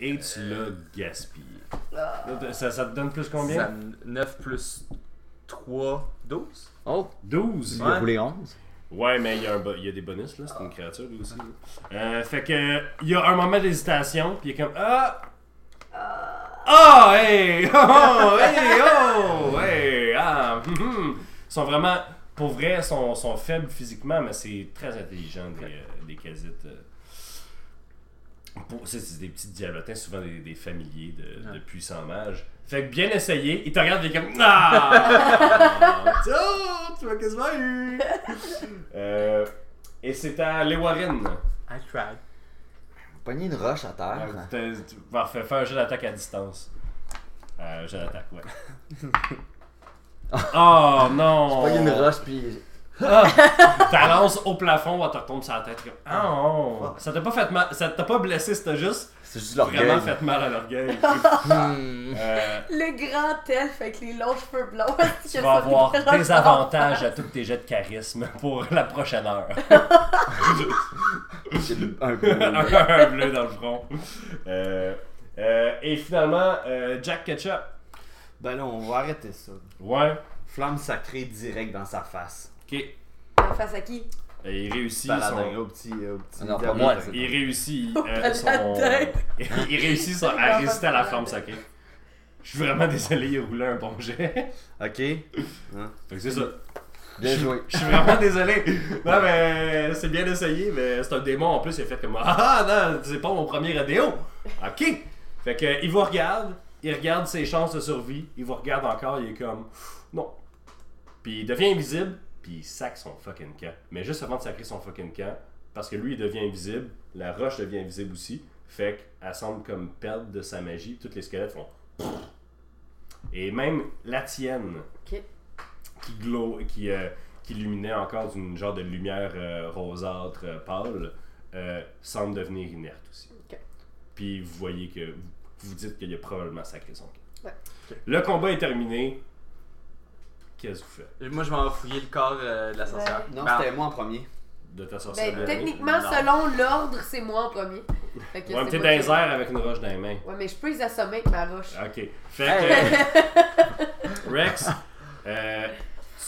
Speaker 2: Et tu l'as gaspillé.
Speaker 4: Ah.
Speaker 2: Là, t- Ça, ça te donne plus combien?
Speaker 4: 9 plus 3, 12.
Speaker 1: Oh,
Speaker 2: 12?
Speaker 1: il
Speaker 4: Ouais.
Speaker 1: a roulé 11.
Speaker 2: Ouais, mais il y, a un bo- il y a des bonus, là. C'est une créature, lui aussi. là. Euh, fait que, il y a un moment d'hésitation, puis il est comme Ah! Ah! hey! Oh! oh, Hey! Oh! Hey! Ah! hum, hum. Ils sont vraiment, pour vrai, ils sont, sont faibles physiquement, mais c'est très intelligent, des, euh, des casites. euh. Pour- c'est- c'est des petits diablotins, souvent des, des familiers de, de
Speaker 4: Ouais.
Speaker 2: puissants mages. Fait que bien essayé, ils te regardent, ils sont comme Ah! oh, tu m'as quasiment eu! Euh, et c'est à Lewarin.
Speaker 4: I tried.
Speaker 1: Pogné une roche à terre.
Speaker 2: T'as- Tu vas Euh, faire faire un jeu d'attaque à distance. Euh, jeu d'attaque, ouais. oh non!
Speaker 1: Pogné une roche, puis.
Speaker 2: Ta lance au plafond, elle te retombe sur la tête. comme, Ah, oh. Ça t'a pas fait mal, ça t'a pas blessé, c'était juste
Speaker 1: C'est juste
Speaker 2: vraiment
Speaker 1: l'orgueil.
Speaker 2: fait mal à l'orgueil.
Speaker 1: Hmm.
Speaker 2: Euh,
Speaker 5: Le grand elfe avec les longs cheveux blonds. Est-ce
Speaker 2: tu
Speaker 5: que
Speaker 2: vas
Speaker 5: ça
Speaker 2: avoir
Speaker 5: me dérange
Speaker 2: des avantages à tous tes jets de charisme pour la prochaine heure.
Speaker 1: J'ai un peu.
Speaker 2: un bleu dans le front. Euh, Euh, et finalement, euh, Jack Ketchup.
Speaker 3: Ben là, on va arrêter ça.
Speaker 2: Ouais,
Speaker 3: Flamme sacrée direct dans sa face.
Speaker 2: ok. Et
Speaker 5: Face à qui
Speaker 2: il réussit
Speaker 3: Paladin,
Speaker 2: son...
Speaker 3: au petit. euh, Au petit
Speaker 1: Non, pas
Speaker 3: diable.
Speaker 1: moi, c'est-
Speaker 2: Il réussit,
Speaker 5: Au
Speaker 2: euh, son-
Speaker 5: paladin.
Speaker 2: il réussit son- à résister à la flamme sacrée. Je suis vraiment désolé, il roulait un bon jet.
Speaker 3: Ok.
Speaker 2: Fait que c'est ça.
Speaker 1: Bien joué.
Speaker 2: Je suis vraiment désolé. Non, mais c'est bien essayé, mais c'est un démon en plus. Il a fait comme Ah ah, non, c'est pas mon premier rodéo. Ok. Fait que, euh, il vous regarde, il regarde ses chances de survie, il vous regarde encore, il est comme Non. Puis il devient invisible, puis il sac son fucking camp. Mais juste avant de sacrer son fucking camp, parce que lui il devient invisible, la roche devient invisible aussi. Fait qu'elle semble comme perdre de sa magie, tous les squelettes font Et même la tienne
Speaker 5: Ok.
Speaker 2: qui glow, qui, euh, qui illuminait encore d'une genre de lumière euh, rosâtre euh, pâle, euh, semble devenir inerte aussi.
Speaker 5: Ok.
Speaker 2: Puis vous voyez que vous, vous dites qu'il a probablement sacré son camp.
Speaker 5: Ouais.
Speaker 2: Le combat est terminé. Qu'est-ce que vous faites
Speaker 4: Et moi, je m'en vais fouiller le corps euh, de la sorcière.
Speaker 3: Non,
Speaker 4: Ben,
Speaker 3: c'était moi en premier.
Speaker 2: de ta sorcière?
Speaker 5: Ben, techniquement,
Speaker 4: Non.
Speaker 5: selon l'ordre, c'est moi en premier. Fait que
Speaker 2: Ouais,
Speaker 5: c'est
Speaker 2: peut-être dans
Speaker 5: moi
Speaker 2: les
Speaker 5: qui-
Speaker 2: airs avec une roche dans les mains.
Speaker 5: Ouais, mais je peux les assommer avec ma roche.
Speaker 2: Ok. Fait que. Rex, euh,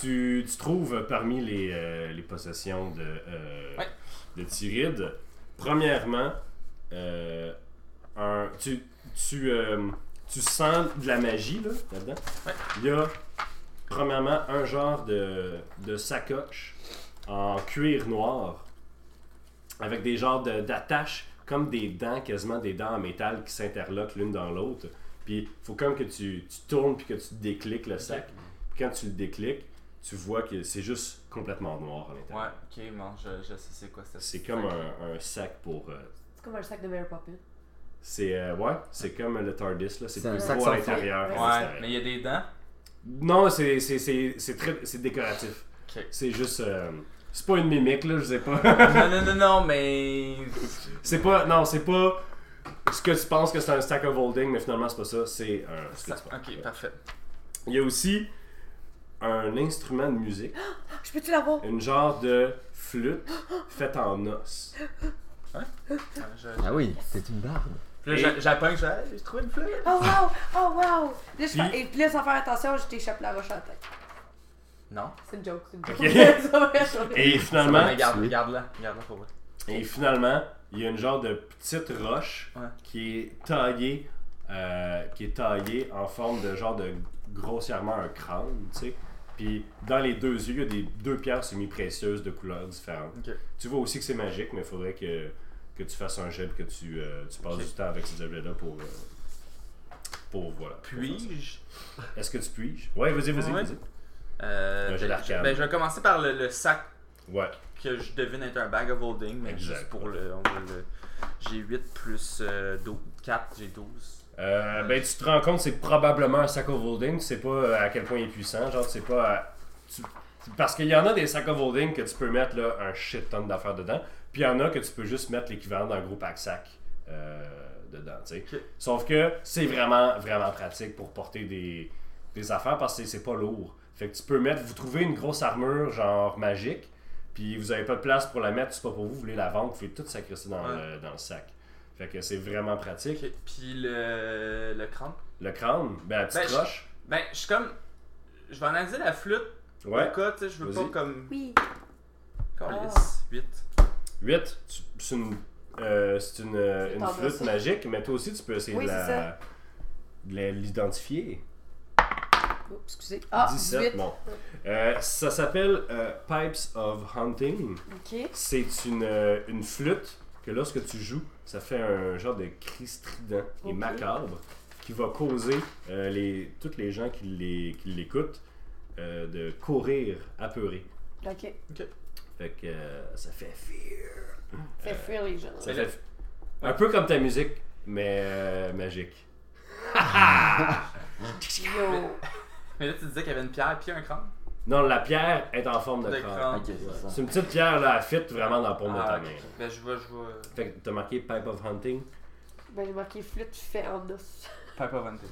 Speaker 2: tu, tu trouves parmi les, euh, les possessions de, euh,
Speaker 4: Ouais.
Speaker 2: de Tyride, premièrement, euh, un, tu, tu, euh, tu sens de la magie là, là-dedans.
Speaker 4: Ouais.
Speaker 2: Il y a, premièrement, un genre de, de sacoche en cuir noir avec des genres de- d'attaches comme des dents, quasiment des dents en métal qui s'interloquent l'une dans l'autre. Puis faut comme que tu, tu tournes puis que tu décliques le sac. Puis quand tu le décliques, tu vois que c'est juste complètement noir à l'intérieur.
Speaker 4: Ouais, ok, bon, je, je sais c'est quoi cette
Speaker 2: C'est comme un, un sac pour. euh,
Speaker 5: C'est comme un sac de Mary Poppins.
Speaker 2: c'est euh, ouais, c'est comme le Tardis là, c'est
Speaker 1: C'est un
Speaker 2: plus
Speaker 1: sac
Speaker 2: gros à
Speaker 1: sans
Speaker 2: l'intérieur.
Speaker 5: fond.
Speaker 2: qu'à
Speaker 4: Ouais,
Speaker 2: l'extérieur.
Speaker 4: mais il y a des dents.
Speaker 2: Non, c'est c'est- c'est c'est très c'est décoratif.
Speaker 4: Ok.
Speaker 2: C'est juste euh, c'est pas une mimique là, je sais pas.
Speaker 4: non, non, non, non, mais.
Speaker 2: c'est pas non, c'est pas ce que tu penses que c'est un stack of holding, mais finalement c'est pas ça, c'est un. ce que tu penses.
Speaker 4: Ok, parfait.
Speaker 2: Il y a aussi un instrument de musique,
Speaker 5: Je peux-tu l'avoir?
Speaker 2: une genre de flûte faite en os.
Speaker 4: Ouais, je-
Speaker 1: Ah oui, c'est une barbe.
Speaker 4: Puis là, j'a- j'apprends que j'ai Hey, j'ai trouvé une fleur.
Speaker 5: Oh wow! Oh wow! Là, je
Speaker 2: Puis-
Speaker 5: fais- Et puis là, sans faire attention, je t'échappe la roche à la tête.
Speaker 4: Non.
Speaker 5: C'est une joke, c'est une joke.
Speaker 2: Ok.
Speaker 5: C'est vrai, c'est vrai.
Speaker 2: Et finalement,
Speaker 4: Mais garde,
Speaker 1: tu-
Speaker 4: garde-la, garde-la pour moi.
Speaker 2: Et finalement, il y a une genre de petite roche
Speaker 4: Ouais.
Speaker 2: qui est taillée, euh, qui est taillée en forme de genre de grossièrement un crâne, tu sais. Puis dans les deux yeux, il y a des deux pierres semi-précieuses de couleurs différentes.
Speaker 4: Ok.
Speaker 2: Tu vois aussi que c'est magique, mais il faudrait que, que tu fasses un jet et que tu, euh, tu passes
Speaker 4: Ok.
Speaker 2: du temps avec ces objets-là pour, euh, pour voilà. pour faire
Speaker 4: Puis-je
Speaker 2: ça. Est-ce que tu puis Ouais, vas-y, vas-y,
Speaker 4: Ouais.
Speaker 2: vas-y.
Speaker 4: Euh,
Speaker 2: Un jeu
Speaker 4: ben,
Speaker 2: d'arcade.
Speaker 4: je- ben, je vais commencer par le, le sac
Speaker 2: Ouais.
Speaker 4: que je devine être un bag of holding, mais
Speaker 2: Exact.
Speaker 4: juste pour le. on va le- J'ai 8 plus euh, 12, 4, j'ai 12.
Speaker 2: Euh, ben, tu te rends compte, c'est probablement un sac of holding. Tu sais pas euh, à quel point il est puissant. Genre, tu sais pas. à- tu- Parce qu'il y en a des sacs of holding que tu peux mettre là, un shit ton d'affaires dedans. Puis il y en a que tu peux juste mettre l'équivalent d'un gros pack-sac euh, dedans. tu sais.
Speaker 4: Ok.
Speaker 2: Sauf que c'est vraiment, vraiment pratique pour porter des, des affaires parce que c'est- c'est pas lourd. Fait que tu peux mettre. Vous trouvez une grosse armure, genre magique. Puis vous avez pas de place pour la mettre, c'est pas pour vous, vous voulez la vendre, vous pouvez tout sacrer ça dans,
Speaker 4: Ouais.
Speaker 2: le, dans le sac. Fait que c'est vraiment pratique.
Speaker 4: Ok, Puis le, le crâne.
Speaker 2: Le crâne, ben la petite
Speaker 4: Ben, je-
Speaker 2: roche.
Speaker 4: Ben, je suis comme. Je vais analyser la flûte.
Speaker 2: Ouais.
Speaker 4: Au cas, tu sais, je veux
Speaker 2: Vas-y.
Speaker 4: pas comme.
Speaker 5: Oui. Ah.
Speaker 4: Calisse, 8.
Speaker 2: 8, tu- c'est une, euh, c'est une, euh, une
Speaker 5: t'en vas,
Speaker 2: flûte
Speaker 5: ça.
Speaker 2: magique, mais toi aussi tu peux essayer
Speaker 5: Oui,
Speaker 2: de la-
Speaker 5: c'est ça.
Speaker 2: de la- l'identifier.
Speaker 5: Oh, excusez. Ah,
Speaker 2: 17,
Speaker 5: 18.
Speaker 2: bon. Euh, ça s'appelle euh, Pipes of Hunting.
Speaker 5: Ok.
Speaker 2: C'est une, euh, une flûte que lorsque tu joues, ça fait un genre de cri strident et
Speaker 5: Ok.
Speaker 2: macabre qui va causer euh, les, toutes les gens qui les- qui l'écoutent euh, de courir apeurés.
Speaker 5: Ok.
Speaker 2: Fait que euh, ça fait fear.
Speaker 5: Fais fuir les gens.
Speaker 2: Ça
Speaker 4: Mais
Speaker 2: fait un peu comme ta musique, mais euh, magique.
Speaker 5: Yo.
Speaker 4: Mais là, tu disais qu'il y avait une pierre puis un crâne.
Speaker 2: Non, la pierre est en forme de
Speaker 4: De
Speaker 2: crâne.
Speaker 4: crâne.
Speaker 1: Ok, c'est ça.
Speaker 2: C'est une petite pierre, là, elle fit vraiment dans la paume de ta
Speaker 4: ok.
Speaker 2: main.
Speaker 4: Ben, je vois, je vois.
Speaker 2: Fait que t'as marqué Pipe of Hunting.
Speaker 5: Ben, j'ai marqué flûte fait en os.
Speaker 4: Pipe of Hunting.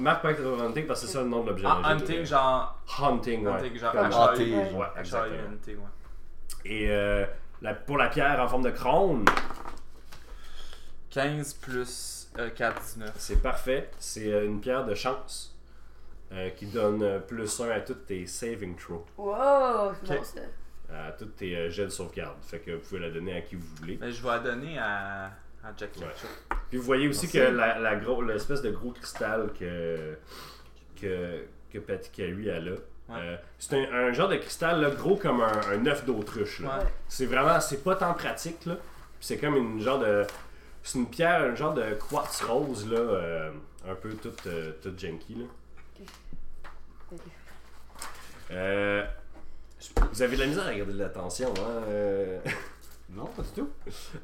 Speaker 2: Marque Pipe of Hunting parce que c'est ça le nom de l'objet
Speaker 4: Ah,
Speaker 2: magique.
Speaker 4: Hunting, genre.
Speaker 2: Hunting, ouais.
Speaker 4: Hunting, genre.
Speaker 2: Comme-
Speaker 1: H-
Speaker 4: H-A-U,
Speaker 1: hanté,
Speaker 2: ouais,
Speaker 4: H-A-U,
Speaker 2: exactement.
Speaker 4: Hunting, ouais.
Speaker 2: Et euh, la- pour la pierre en forme de crâne,
Speaker 4: 15 plus euh, 4-19.
Speaker 2: C'est parfait. C'est euh, une pierre de chance euh, qui donne euh, plus 1 à toutes tes saving throws,
Speaker 5: Wow, c'est
Speaker 4: Ok.
Speaker 5: bon ça.
Speaker 2: à toutes tes euh, jets de sauvegarde. Fait que vous pouvez la donner à qui vous voulez.
Speaker 4: Mais je vais la donner à, à Jack Ketchup.
Speaker 2: Puis vous voyez aussi
Speaker 5: Merci.
Speaker 2: que la, la gros- l'espèce de gros cristal que, que, que Patty Carey elle a là. euh,
Speaker 4: Ouais.
Speaker 2: c'est un, un genre de cristal là, gros comme un, un œuf d'autruche. là.
Speaker 4: Ouais.
Speaker 2: C'est vraiment, c'est pas tant pratique là. Puis C'est comme une genre de, c'est une pierre, un genre de quartz rose là, euh, un peu toute euh, toute janky là. Euh, vous avez de la misère à garder de l'attention, hein. euh.
Speaker 3: Non, pas du tout.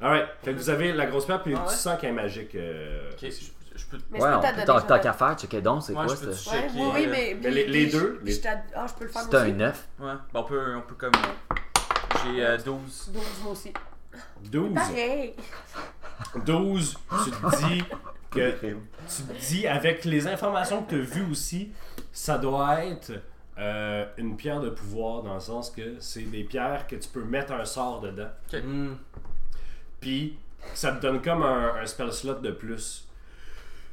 Speaker 2: Alright, fait que vous avez la grosse pierre puis
Speaker 4: Ah ouais?
Speaker 2: tu sens qu'elle est magique. euh,
Speaker 4: Ok, je, je peux.
Speaker 5: Mais
Speaker 1: Ouais, on
Speaker 5: je peux
Speaker 1: peut-
Speaker 5: t'adonner.
Speaker 1: tant tant
Speaker 5: j'en
Speaker 1: qu'à faire, checker donc, c'est
Speaker 4: Ouais,
Speaker 1: quoi
Speaker 4: je peux
Speaker 1: ça?
Speaker 4: te
Speaker 5: Ouais,
Speaker 4: checker. euh,
Speaker 5: oui, oui, mais.
Speaker 2: Mais les- les
Speaker 5: puis-
Speaker 2: deux,
Speaker 5: puis
Speaker 2: les-
Speaker 5: je t'ad- Ah, je peux le faire
Speaker 1: C'est
Speaker 5: moi
Speaker 1: un
Speaker 5: aussi.
Speaker 1: 9.
Speaker 4: Ouais. Bon, on peut, on peut comme. J'ai euh, 12.
Speaker 5: 12 moi aussi. Ah,
Speaker 2: 12.
Speaker 5: Pareil.
Speaker 2: 12, tu te dis que tu te dis avec les informations que tu as vues aussi, ça doit être euh, une pierre de pouvoir dans le sens que c'est des pierres que tu peux mettre un sort dedans.
Speaker 4: Hmm.
Speaker 2: Puis ça te donne comme un, un spell slot de plus.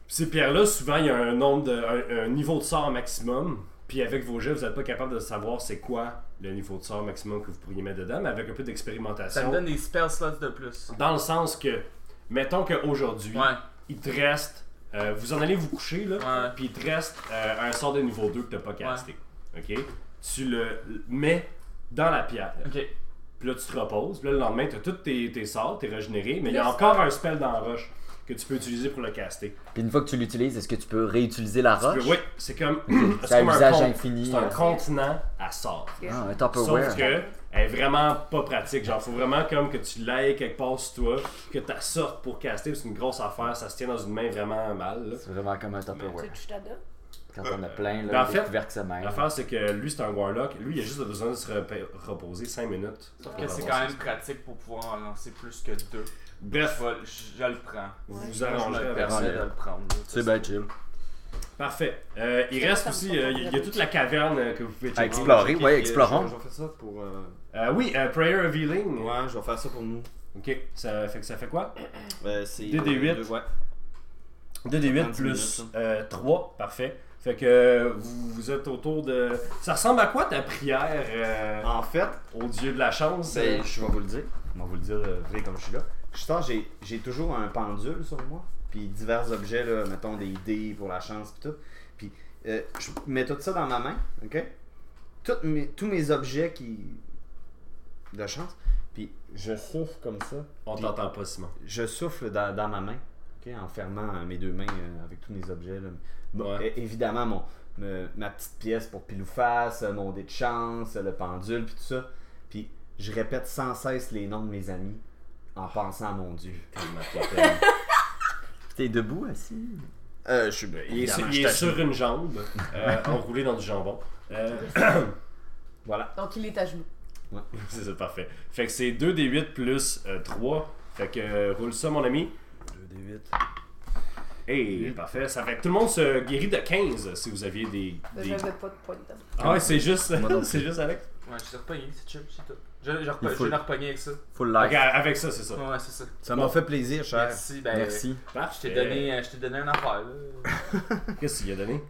Speaker 2: Puis ces pierres-là, souvent, il y a un nombre de, un, un niveau de sort maximum. Puis avec vos jets, vous n'êtes pas capable de savoir c'est quoi le niveau de sort maximum que vous pourriez mettre dedans, mais avec un peu
Speaker 4: Ça
Speaker 2: d'expérimentation.
Speaker 4: me donne des spell slots de plus.
Speaker 2: Dans le sens que, mettons qu'aujourd'hui,
Speaker 4: Ouais,
Speaker 2: il te reste. euh, vous en allez vous coucher, là.
Speaker 4: ouais.
Speaker 2: Puis il te reste euh, un sort de niveau 2 que t'as pas casté. OK? Tu le le mets dans la pierre.
Speaker 4: Ok.
Speaker 2: Puis là, tu te reposes. Puis là, le lendemain, t'as tous tes, tes sorts, t'es régénéré. Mais il y a
Speaker 5: Yes.
Speaker 2: encore un spell dans la roche que tu peux utiliser pour le caster.
Speaker 1: Puis une fois que tu l'utilises, est-ce que tu peux réutiliser la
Speaker 2: Tu peux-
Speaker 1: roche?
Speaker 2: oui, c'est comme. c'est
Speaker 1: C'est un
Speaker 2: comme
Speaker 1: usage
Speaker 2: con-
Speaker 1: infini. hein.
Speaker 2: C'est un contenant à sort.
Speaker 1: Ah, un
Speaker 2: Sauf
Speaker 1: Tupperware.
Speaker 2: que elle est vraiment pas pratique. Genre, faut vraiment comme que tu l'ailles quelque part sur toi, que tu sortes pour caster. C'est une grosse affaire, ça se tient dans une main vraiment mal. là.
Speaker 1: C'est vraiment comme un
Speaker 5: Tu veux
Speaker 1: Tupperware.
Speaker 5: que je t'adonne?
Speaker 1: Quand on a plein,
Speaker 2: Ben, en
Speaker 1: là,
Speaker 2: fait,
Speaker 1: découvert que ça même.
Speaker 2: L'affaire, c'est que lui, c'est un warlock. Lui, il a juste besoin de se repa- reposer 5 minutes.
Speaker 4: Sauf
Speaker 2: pour
Speaker 4: que c'est
Speaker 2: avoir
Speaker 4: quand
Speaker 2: ça.
Speaker 4: même pratique pour pouvoir en lancer plus que deux.
Speaker 2: Bref,
Speaker 4: Je, vais- je- je le prends.
Speaker 2: vous vous
Speaker 4: Moi, je
Speaker 2: arrangerez
Speaker 4: me
Speaker 2: avec ça.
Speaker 4: permets de le prendre. là.
Speaker 1: C'est bien chill.
Speaker 2: Parfait. Euh, il
Speaker 5: Ça,
Speaker 2: reste
Speaker 5: ça me
Speaker 2: aussi,
Speaker 5: semble
Speaker 2: euh, il y a- il y
Speaker 5: pas
Speaker 2: a
Speaker 5: problématique.
Speaker 2: toute la caverne euh, que vous pouvez
Speaker 1: À
Speaker 2: checker.
Speaker 1: explorer,
Speaker 3: Ok,
Speaker 1: ouais,
Speaker 3: euh,
Speaker 1: explorons.
Speaker 3: Je, je vais faire ça pour. euh,
Speaker 2: Euh, oui, euh, Prayer of Healing.
Speaker 3: Ouais, je vais faire ça pour nous.
Speaker 2: Ok, ça fait, que ça fait quoi
Speaker 3: Euh, c'est.
Speaker 2: Deux des
Speaker 3: euh,
Speaker 2: huit.
Speaker 3: deux, Ouais.
Speaker 2: 2d8
Speaker 3: 30 minutes,
Speaker 2: plus
Speaker 3: ça.
Speaker 2: euh, 3, parfait. Fait que euh, vous, vous êtes autour de. Ça ressemble à quoi ta prière euh,
Speaker 3: En fait,
Speaker 2: au dieu de la chance euh,
Speaker 3: Ben, je vais vous le dire. Je vais vous le dire euh, vrai comme je suis là. Je sens j'ai, j'ai toujours un pendule sur moi. Puis divers objets, là, mettons des dés pour la chance puis tout. Puis euh, je mets tout ça dans ma main, ok? Toutes mes- tous mes objets qui. de chance. Puis je souffle comme ça.
Speaker 2: On
Speaker 3: Puis
Speaker 2: t'entend pas, Simon.
Speaker 3: Je souffle dans, dans ma main, ok? En fermant euh, mes deux mains euh, avec tous mes objets. là. Bon,
Speaker 2: Ouais.
Speaker 3: é- Évidemment, mon, me- ma petite pièce pour pilou-face, euh, mon dé de chance, euh, le pendule, puis tout ça. Puis je répète sans cesse les noms de mes amis en pensant à mon Dieu.
Speaker 2: Tellement qu'il t'aime.
Speaker 1: T'es debout, assis?
Speaker 3: Euh, je suis bien.
Speaker 2: Il est, sur, il est sur une jambe, euh, enroulé dans du jambon. Euh,
Speaker 3: Voilà.
Speaker 5: Donc il est à genoux.
Speaker 2: c'est ça, parfait. Fait que c'est 2d8 plus 3. Fait que euh, roule ça, mon ami.
Speaker 3: 2d8.
Speaker 2: Hey, parfait. Ça fait que tout le monde se guérit de 15 si vous aviez des.
Speaker 5: Je
Speaker 2: des-
Speaker 5: n'avais pas de point dedans.
Speaker 2: Ah ouais, c'est juste,
Speaker 3: Moi non plus.
Speaker 2: c'est juste Alex.
Speaker 4: Ouais, je suis repogné, c'est chill, c'est tout. Je je repo-
Speaker 1: Il faut-
Speaker 4: je l'ai repogné avec ça.
Speaker 1: Full life.
Speaker 2: Ok, avec ça, c'est ça.
Speaker 4: Ouais, c'est ça.
Speaker 3: Ça m'a fait plaisir, cher.
Speaker 4: Merci, ben.
Speaker 1: Merci.
Speaker 4: Je
Speaker 2: Parfait.
Speaker 4: t'ai donné, euh, je t'ai donné un affaire, là.
Speaker 2: Qu'est-ce qu'il a donné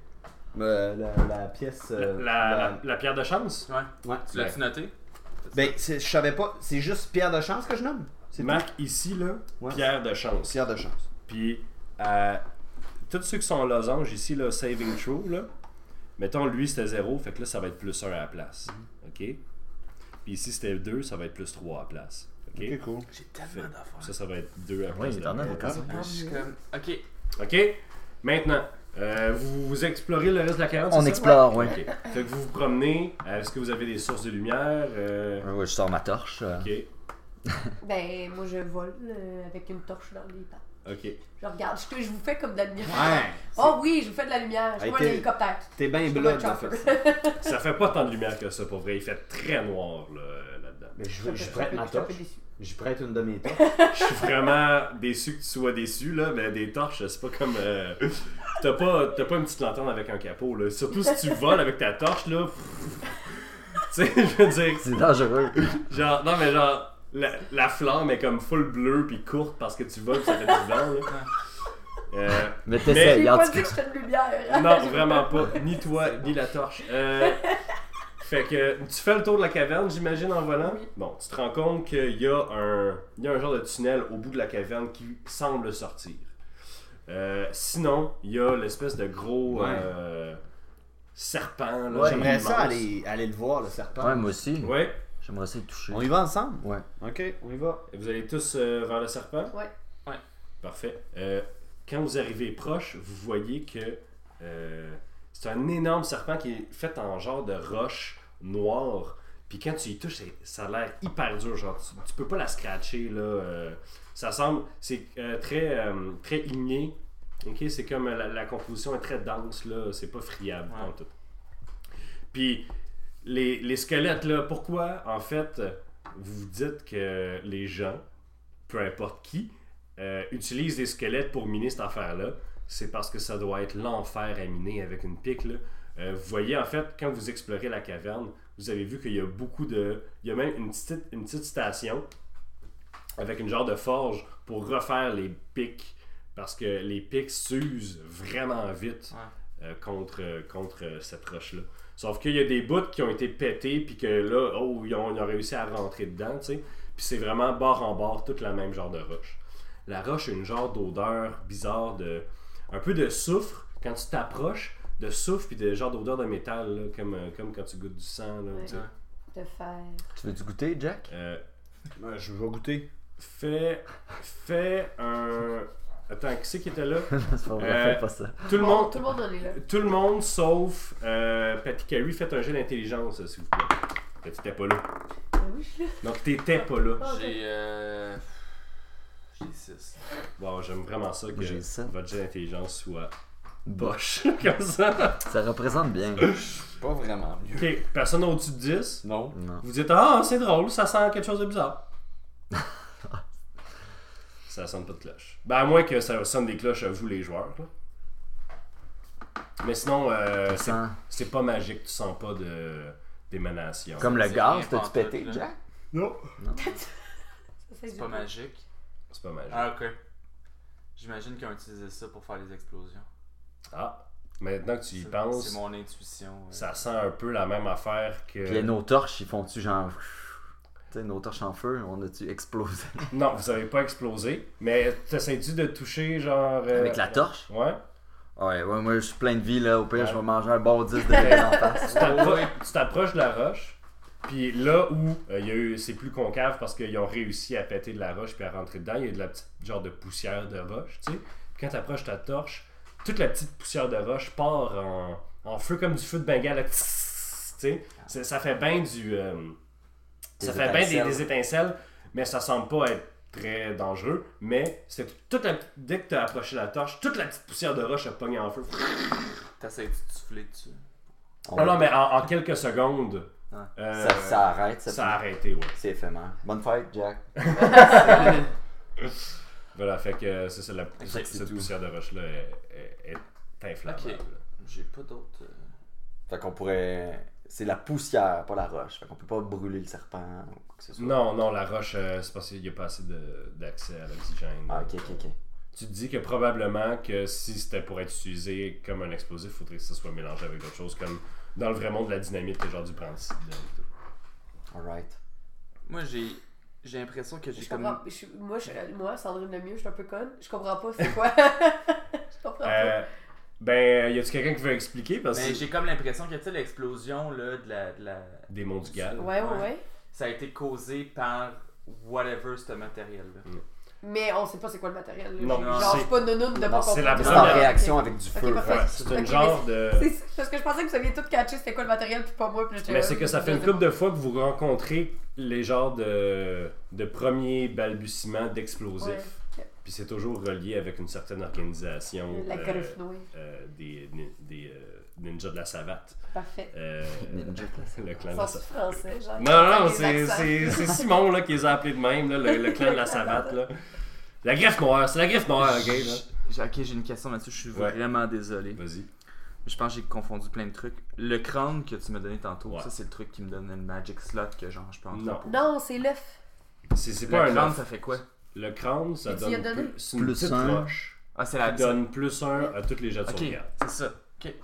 Speaker 3: Euh, la, la pièce.
Speaker 2: La,
Speaker 3: euh,
Speaker 2: la- la pierre de chance
Speaker 4: Ouais.
Speaker 3: Ouais.
Speaker 4: Tu l'as-tu noté?
Speaker 3: Ben, c'est- je savais pas. C'est juste pierre de chance que je nomme. C'est
Speaker 2: Marque ici, là,
Speaker 3: Ouais.
Speaker 2: pierre de chance.
Speaker 3: Pierre de chance.
Speaker 2: Puis, euh, tous ceux qui sont en losange ici, là, saving throw, là, mettons, lui, c'était 0, fait que là, ça va être plus 1 à la place. OK? Puis ici, c'était 2, ça va être plus 3 à la place. OK?
Speaker 3: cool.
Speaker 4: J'ai tellement d'affaires.
Speaker 2: Ça, ça va être 2 à la
Speaker 1: Ouais,
Speaker 2: place.
Speaker 1: Ah il
Speaker 2: de-
Speaker 1: est en a
Speaker 4: Je
Speaker 1: encore.
Speaker 4: suis comme. Ok.
Speaker 2: OK? Maintenant, euh, vous, vous explorez le reste de la caverne,
Speaker 1: On
Speaker 2: c'est ça?
Speaker 1: explore, ouais.
Speaker 2: OK. Fait que vous vous promenez. Euh, Est-ce que vous avez des sources de lumière? Euh,
Speaker 1: Ouais, ouais, je sors ma torche. euh.
Speaker 2: OK.
Speaker 5: Ben, moi je vole euh, avec une torche dans les pattes.
Speaker 2: OK.
Speaker 5: Je regarde, je, je vous fais comme de la lumière.
Speaker 3: Ouais.
Speaker 5: Oh oui, je vous fais de la lumière. Je
Speaker 3: Hey,
Speaker 5: vois
Speaker 3: t'es-
Speaker 5: l'hélicoptère.
Speaker 3: T'es bien
Speaker 5: Je vois
Speaker 3: blood,
Speaker 5: le
Speaker 3: en
Speaker 5: chopper.
Speaker 3: fait.
Speaker 2: Ça fait pas tant de lumière que ça, pour vrai. Il fait très noir, là, euh, là-dedans.
Speaker 3: Mais Ben, je,
Speaker 5: Je
Speaker 3: je
Speaker 5: suis un
Speaker 3: prête
Speaker 5: peu-
Speaker 3: ma
Speaker 5: je suis un peu
Speaker 3: torche.
Speaker 5: déçue.
Speaker 2: Eh,
Speaker 3: Je prête une de mes torches.
Speaker 2: Je suis vraiment déçu que tu sois déçu, là, mais des torches, c'est pas comme. euh, T'as pas, t'as pas une petite lanterne avec un capot, là. Surtout si tu voles avec ta torche, là. Tu sais, je veux dire.
Speaker 1: C'est dangereux.
Speaker 2: Genre, non, mais genre, la, la flamme est comme full bleue puis courte parce que tu voles pis ça fait du vent, là. Euh, Mais-
Speaker 1: Mais t'essayes,
Speaker 5: J'ai
Speaker 1: en
Speaker 5: pas
Speaker 1: tout
Speaker 5: dit que
Speaker 1: cas.
Speaker 5: j'étais une lumière.
Speaker 2: non, vraiment pas. Ni toi, ni la torche. Euh, fait que tu fais le tour de la caverne, j'imagine, en volant.
Speaker 5: Oui.
Speaker 2: Bon, tu te rends compte qu'il y, a un- il y a un genre de tunnel au bout de la caverne qui semble sortir. Euh, sinon, il y a l'espèce de gros
Speaker 3: Ouais.
Speaker 2: euh, serpent. là,
Speaker 1: Ouais,
Speaker 3: J'aimerais ça
Speaker 2: immense.
Speaker 3: aller, aller le voir, le serpent.
Speaker 1: Ouais, moi aussi.
Speaker 2: Ouais,
Speaker 1: J'aimerais ça le toucher.
Speaker 3: On y va ensemble?
Speaker 1: Ouais.
Speaker 3: Ok, on y va.
Speaker 2: vous allez tous euh, vers le serpent?
Speaker 5: Ouais.
Speaker 4: Ouais.
Speaker 2: Parfait. Euh, quand vous arrivez proche, vous voyez que euh, c'est un énorme serpent qui est fait en genre de roche noire. Puis quand tu y touches, c'est- ça a l'air hyper dur. Genre, tu, tu peux pas la scratcher. Là, euh, ça semble. C'est euh, très, euh, très igné. Ok, c'est comme euh, la, la composition est très dense. là, C'est pas friable.
Speaker 4: Ouais.
Speaker 2: en tout. Puis les, les squelettes, là, pourquoi en fait vous vous dites que les gens, peu importe qui, euh, utilisent des squelettes pour miner cette affaire-là, c'est parce que ça doit être l'enfer à miner avec une pique. là. Euh, vous voyez, en fait, quand vous explorez la caverne, vous avez vu qu'il y a beaucoup de. Il y a même une petite, une petite station avec une genre de forge pour refaire les pics. Parce que les pics s'usent vraiment vite euh, contre, euh, contre euh, cette roche-là. Sauf qu'il y a des bouts qui ont été pétés, puis que là, oh, ils ont, ils ont réussi à rentrer dedans, tu sais. Puis c'est vraiment bord en bord, toute la même genre de roche. La roche a une genre d'odeur bizarre, de un peu de soufre, quand tu t'approches, de soufre, puis de genre d'odeur de métal, là, comme, euh, comme quand tu goûtes du sang, là, tu sais.
Speaker 4: Ouais.
Speaker 5: De faire.
Speaker 1: Tu veux-tu goûter, Jack?
Speaker 2: Euh,
Speaker 3: Ouais, je vais goûter.
Speaker 2: fais, fais un... Attends, qui c'est qui était là?
Speaker 1: C'est pas
Speaker 2: Euh,
Speaker 1: vrai, fais pas ça.
Speaker 2: Tout le
Speaker 5: Bon,
Speaker 2: monde,
Speaker 5: Tout le monde en est là.
Speaker 2: Tout le monde sauf euh, Patty Carey, faites un jeu d'intelligence, euh, s'il vous plaît. Ben, T'étais pas là.
Speaker 5: Ah oui, je suis là.
Speaker 2: Donc t'étais pas là.
Speaker 5: Ah, ok.
Speaker 4: J'ai. Euh... J'ai 6.
Speaker 2: Bon, j'aime vraiment ça que
Speaker 1: Moi, j'ai ça.
Speaker 2: votre jeu d'intelligence soit boche, comme ça.
Speaker 1: Ça représente bien.
Speaker 3: Pas vraiment mieux.
Speaker 2: Ok, personne au-dessus de 10.
Speaker 3: Non.
Speaker 1: Non.
Speaker 2: Vous dites, ah, c'est drôle, ça sent quelque chose de bizarre. ça sonne pas de cloche. Ben, à moins que ça sonne des cloches à vous, les joueurs. là. Mais sinon, euh, c'est-
Speaker 1: Sans-
Speaker 2: c'est pas magique, tu sens pas de- d'émanation.
Speaker 1: Comme le
Speaker 4: C'est
Speaker 1: gaz,
Speaker 4: rien
Speaker 1: t'as-tu
Speaker 4: pantoute,
Speaker 1: pété,
Speaker 4: là.
Speaker 1: Jack?
Speaker 3: Non.
Speaker 5: Ça,
Speaker 4: C'est pas magique.
Speaker 2: C'est pas magique.
Speaker 4: Ah, ok. J'imagine qu'ils ont utilisé ça pour faire les explosions.
Speaker 2: Ah, maintenant que tu y
Speaker 4: C'est-
Speaker 2: penses,
Speaker 4: C'est mon intuition. ouais.
Speaker 2: ça sent un peu la même affaire que.
Speaker 1: Puis nos torches, ils font-tu genre. Tu sais, nos torches en feu, on a-tu explosé?
Speaker 2: Non, vous avez pas explosé, mais t'essayes-tu de toucher genre. euh,
Speaker 1: Avec la torche?
Speaker 2: Ouais.
Speaker 1: Ouais, ouais, moi, je suis plein de vie, là. Au pire,
Speaker 2: Ouais.
Speaker 1: je vais manger un bon 10 de raid en face.
Speaker 2: Tu t'appro- tu t'approches de la roche, puis là où euh, il y a eu, c'est plus concave parce qu'ils ont réussi à péter de la roche puis à rentrer dedans, il y a de la petite genre de poussière de roche, tu sais. Puis Quand t'approches ta torche, toute la petite poussière de roche part en, en feu comme du feu de Bengale, là, tss, tu sais. C'est- Ça fait bien du. euh,
Speaker 1: Des
Speaker 2: ça fait bien des,
Speaker 1: étincelles.
Speaker 2: des étincelles, mais ça semble pas être très dangereux. Mais c'est toute la, dès que t'as approché la torche, toute la petite poussière de roche a pogné en feu.
Speaker 4: T'essayes de souffler dessus.
Speaker 1: On-
Speaker 2: Non, non, mais en, en quelques secondes.
Speaker 4: Ouais.
Speaker 2: euh,
Speaker 1: ça, ça arrête, ça,
Speaker 2: ça a arrêté, ouais.
Speaker 1: C'est éphémère. Bonne fête, Jack.
Speaker 2: Voilà, fait que euh, c'est ça, la cette,
Speaker 1: c'est
Speaker 2: cette
Speaker 1: tout.
Speaker 2: poussière de roche-là est, est- est inflammable.
Speaker 4: Ok. J'ai pas d'autres. euh,
Speaker 1: Fait qu'on pourrait. C'est la poussière, pas la roche. Fait qu'on peut pas brûler le serpent ou quoi que ce soit.
Speaker 2: Non, non, la roche, euh, c'est parce qu'il n'y a pas assez de- d'accès à l'oxygène.
Speaker 1: Ah, ok, ok, ok.
Speaker 2: Tu te dis que probablement que si c'était pour être utilisé comme un explosif, il faudrait que ça soit mélangé avec d'autres choses, comme dans le vrai monde de la dynamite, que genre du brandside.
Speaker 1: Alright.
Speaker 4: Moi, j'ai. J'ai l'impression que j'ai
Speaker 5: Je
Speaker 4: comme.
Speaker 5: comprends. je suis- moi, je- moi, Sandrine Lemieux, je suis un peu conne. Je comprends pas c'est quoi. je comprends
Speaker 1: Ah,
Speaker 5: pas.
Speaker 2: Euh, ben, y a-tu quelqu'un qui veut expliquer parce
Speaker 1: Ben,
Speaker 4: Mais
Speaker 2: que
Speaker 4: j'ai comme l'impression que, tu sais, l'explosion, là, de la. De la...
Speaker 2: des monts du Gal.
Speaker 5: Ouais, ouais,
Speaker 4: ouais.
Speaker 5: ouais.
Speaker 4: Ça a été causé par whatever, ce matériel-là.
Speaker 5: Mais on sait pas c'est quoi le matériel. là.
Speaker 2: Non,
Speaker 5: Genre,
Speaker 2: c'est-
Speaker 5: je suis pas nounoune de
Speaker 2: Non,
Speaker 5: pas
Speaker 2: c'est
Speaker 5: comprendre.
Speaker 2: la
Speaker 1: C'est
Speaker 2: première-
Speaker 1: en réaction avec du
Speaker 5: Ok,
Speaker 1: feu.
Speaker 5: parfait.
Speaker 2: Ouais,
Speaker 1: ouais.
Speaker 2: c'est
Speaker 5: Ok,
Speaker 2: un
Speaker 5: mais
Speaker 2: genre de.
Speaker 5: C'est ça, parce que je pensais que vous aviez tout catché c'était quoi le matériel, puis pas moi, puis j'étais
Speaker 2: Mais
Speaker 5: là,
Speaker 2: c'est que ça fait une couple de fois que vous rencontrez les genres de, de premiers balbutiements d'explosifs.
Speaker 5: Ouais.
Speaker 2: Puis c'est toujours relié avec une certaine organisation
Speaker 5: La
Speaker 2: euh,
Speaker 5: Garofnoy.
Speaker 2: euh, des, nin- des, euh, ninjas de la savate.
Speaker 5: Parfait.
Speaker 2: Euh,
Speaker 1: Ninja.
Speaker 2: le clan de la
Speaker 5: Sans
Speaker 2: savate.
Speaker 5: français, genre.
Speaker 2: euh, Non, non, non,
Speaker 5: avec les
Speaker 2: c'est-
Speaker 5: accents.
Speaker 2: c'est c'est Simon là, qui les a appelés de même, là, le, le clan de la savate. Là. La griffe noire, c'est la griffe noire, ok? là.
Speaker 4: J'ai- Ok, j'ai une question, Mathieu, je suis
Speaker 2: Ouais.
Speaker 4: vraiment désolé.
Speaker 2: Vas-y.
Speaker 4: Je pense que j'ai confondu plein de trucs. Le crâne que tu m'as donné tantôt,
Speaker 2: Ouais.
Speaker 4: ça c'est le truc qui me donne le magic slot que genre je peux entrer.
Speaker 2: Non,
Speaker 5: Non, c'est l'œuf.
Speaker 2: c'est c'est
Speaker 4: Le
Speaker 2: pas un
Speaker 4: crâne,
Speaker 2: œuf.
Speaker 4: ça fait quoi
Speaker 2: Le crâne, ça
Speaker 5: Mais tu y as
Speaker 2: donne
Speaker 5: donné?
Speaker 2: plus, c'est une
Speaker 1: Plus
Speaker 2: petite
Speaker 1: un.
Speaker 2: roche.
Speaker 4: Ah, c'est
Speaker 2: qui
Speaker 4: la.
Speaker 2: donne plus 1 à tous les jets de
Speaker 4: Ok,
Speaker 2: sauvegarde.
Speaker 4: c'est ça.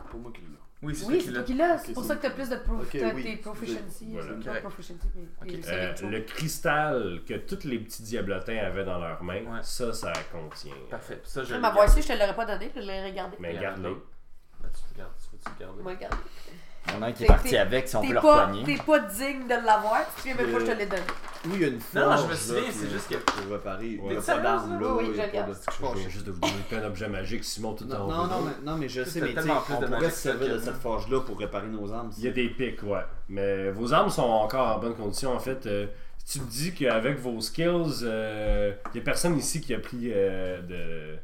Speaker 6: Pour moi qu'il l'a.
Speaker 4: Oui, c'est
Speaker 5: Oui,
Speaker 4: ça
Speaker 5: c'est
Speaker 4: qu'il a.
Speaker 5: toi qui l'as. C'est
Speaker 6: Ok,
Speaker 5: pour
Speaker 6: c'est
Speaker 5: ça que t'as plus de pro-
Speaker 6: Ok,
Speaker 5: t'as
Speaker 6: oui.
Speaker 5: tes proficiency.
Speaker 2: Voilà.
Speaker 5: euh,
Speaker 4: Correct.
Speaker 5: Pas proficiency, mais
Speaker 4: Ok.
Speaker 5: les
Speaker 2: Euh,
Speaker 5: saving throws.
Speaker 2: le cristal que tous les petits diablotins avaient dans leurs mains,
Speaker 4: Ouais.
Speaker 2: ça, ça contient.
Speaker 4: Parfait. Puis Ça, je.
Speaker 5: Ah,
Speaker 4: le
Speaker 5: Ma
Speaker 4: garde.
Speaker 5: voix ici, je te l'aurais pas donné, je l'aurais regardé.
Speaker 2: Mais garde-le.
Speaker 4: Ben, tu le gardes. Tu veux-tu le garder?
Speaker 5: Moi, regarde.
Speaker 1: Il y en a un qui est
Speaker 5: T'es-
Speaker 1: parti
Speaker 5: t'es-
Speaker 1: avec, si on peut
Speaker 5: T'es
Speaker 1: le
Speaker 5: pas,
Speaker 1: repogner.
Speaker 5: t'es pas digne de l'avoir, tu sais même pas que je te l'ai donné.
Speaker 6: Oui, il y a une
Speaker 4: Non,
Speaker 6: forge.
Speaker 4: non, je me souviens,
Speaker 6: là,
Speaker 4: c'est
Speaker 6: qui-
Speaker 4: juste que-
Speaker 6: qui est réparée. Il
Speaker 2: Ouais.
Speaker 6: n'y a
Speaker 4: T'es
Speaker 6: pas d'arme
Speaker 4: sérieux,
Speaker 6: là.
Speaker 5: Oui, oui,
Speaker 6: il y a
Speaker 5: je
Speaker 6: pas
Speaker 5: regarde.
Speaker 6: de-
Speaker 2: Je viens juste de vous donner plein d'objets magiques, Simon, tout
Speaker 6: Non,
Speaker 2: en
Speaker 6: non,
Speaker 2: haut.
Speaker 6: non, mais, non, mais je
Speaker 4: T'as
Speaker 6: sais, mais tu sais,
Speaker 4: tellement plus
Speaker 6: on
Speaker 4: de
Speaker 6: pourrait
Speaker 4: magique
Speaker 6: se servir
Speaker 4: que-
Speaker 6: de cette forge-là pour réparer nos armes.
Speaker 2: Il y a des pics, ouais. Mais vos armes sont encore en bonne condition. En fait, euh, si tu me dis qu'avec vos skills, euh, il y a personne ici qui a pris euh, de,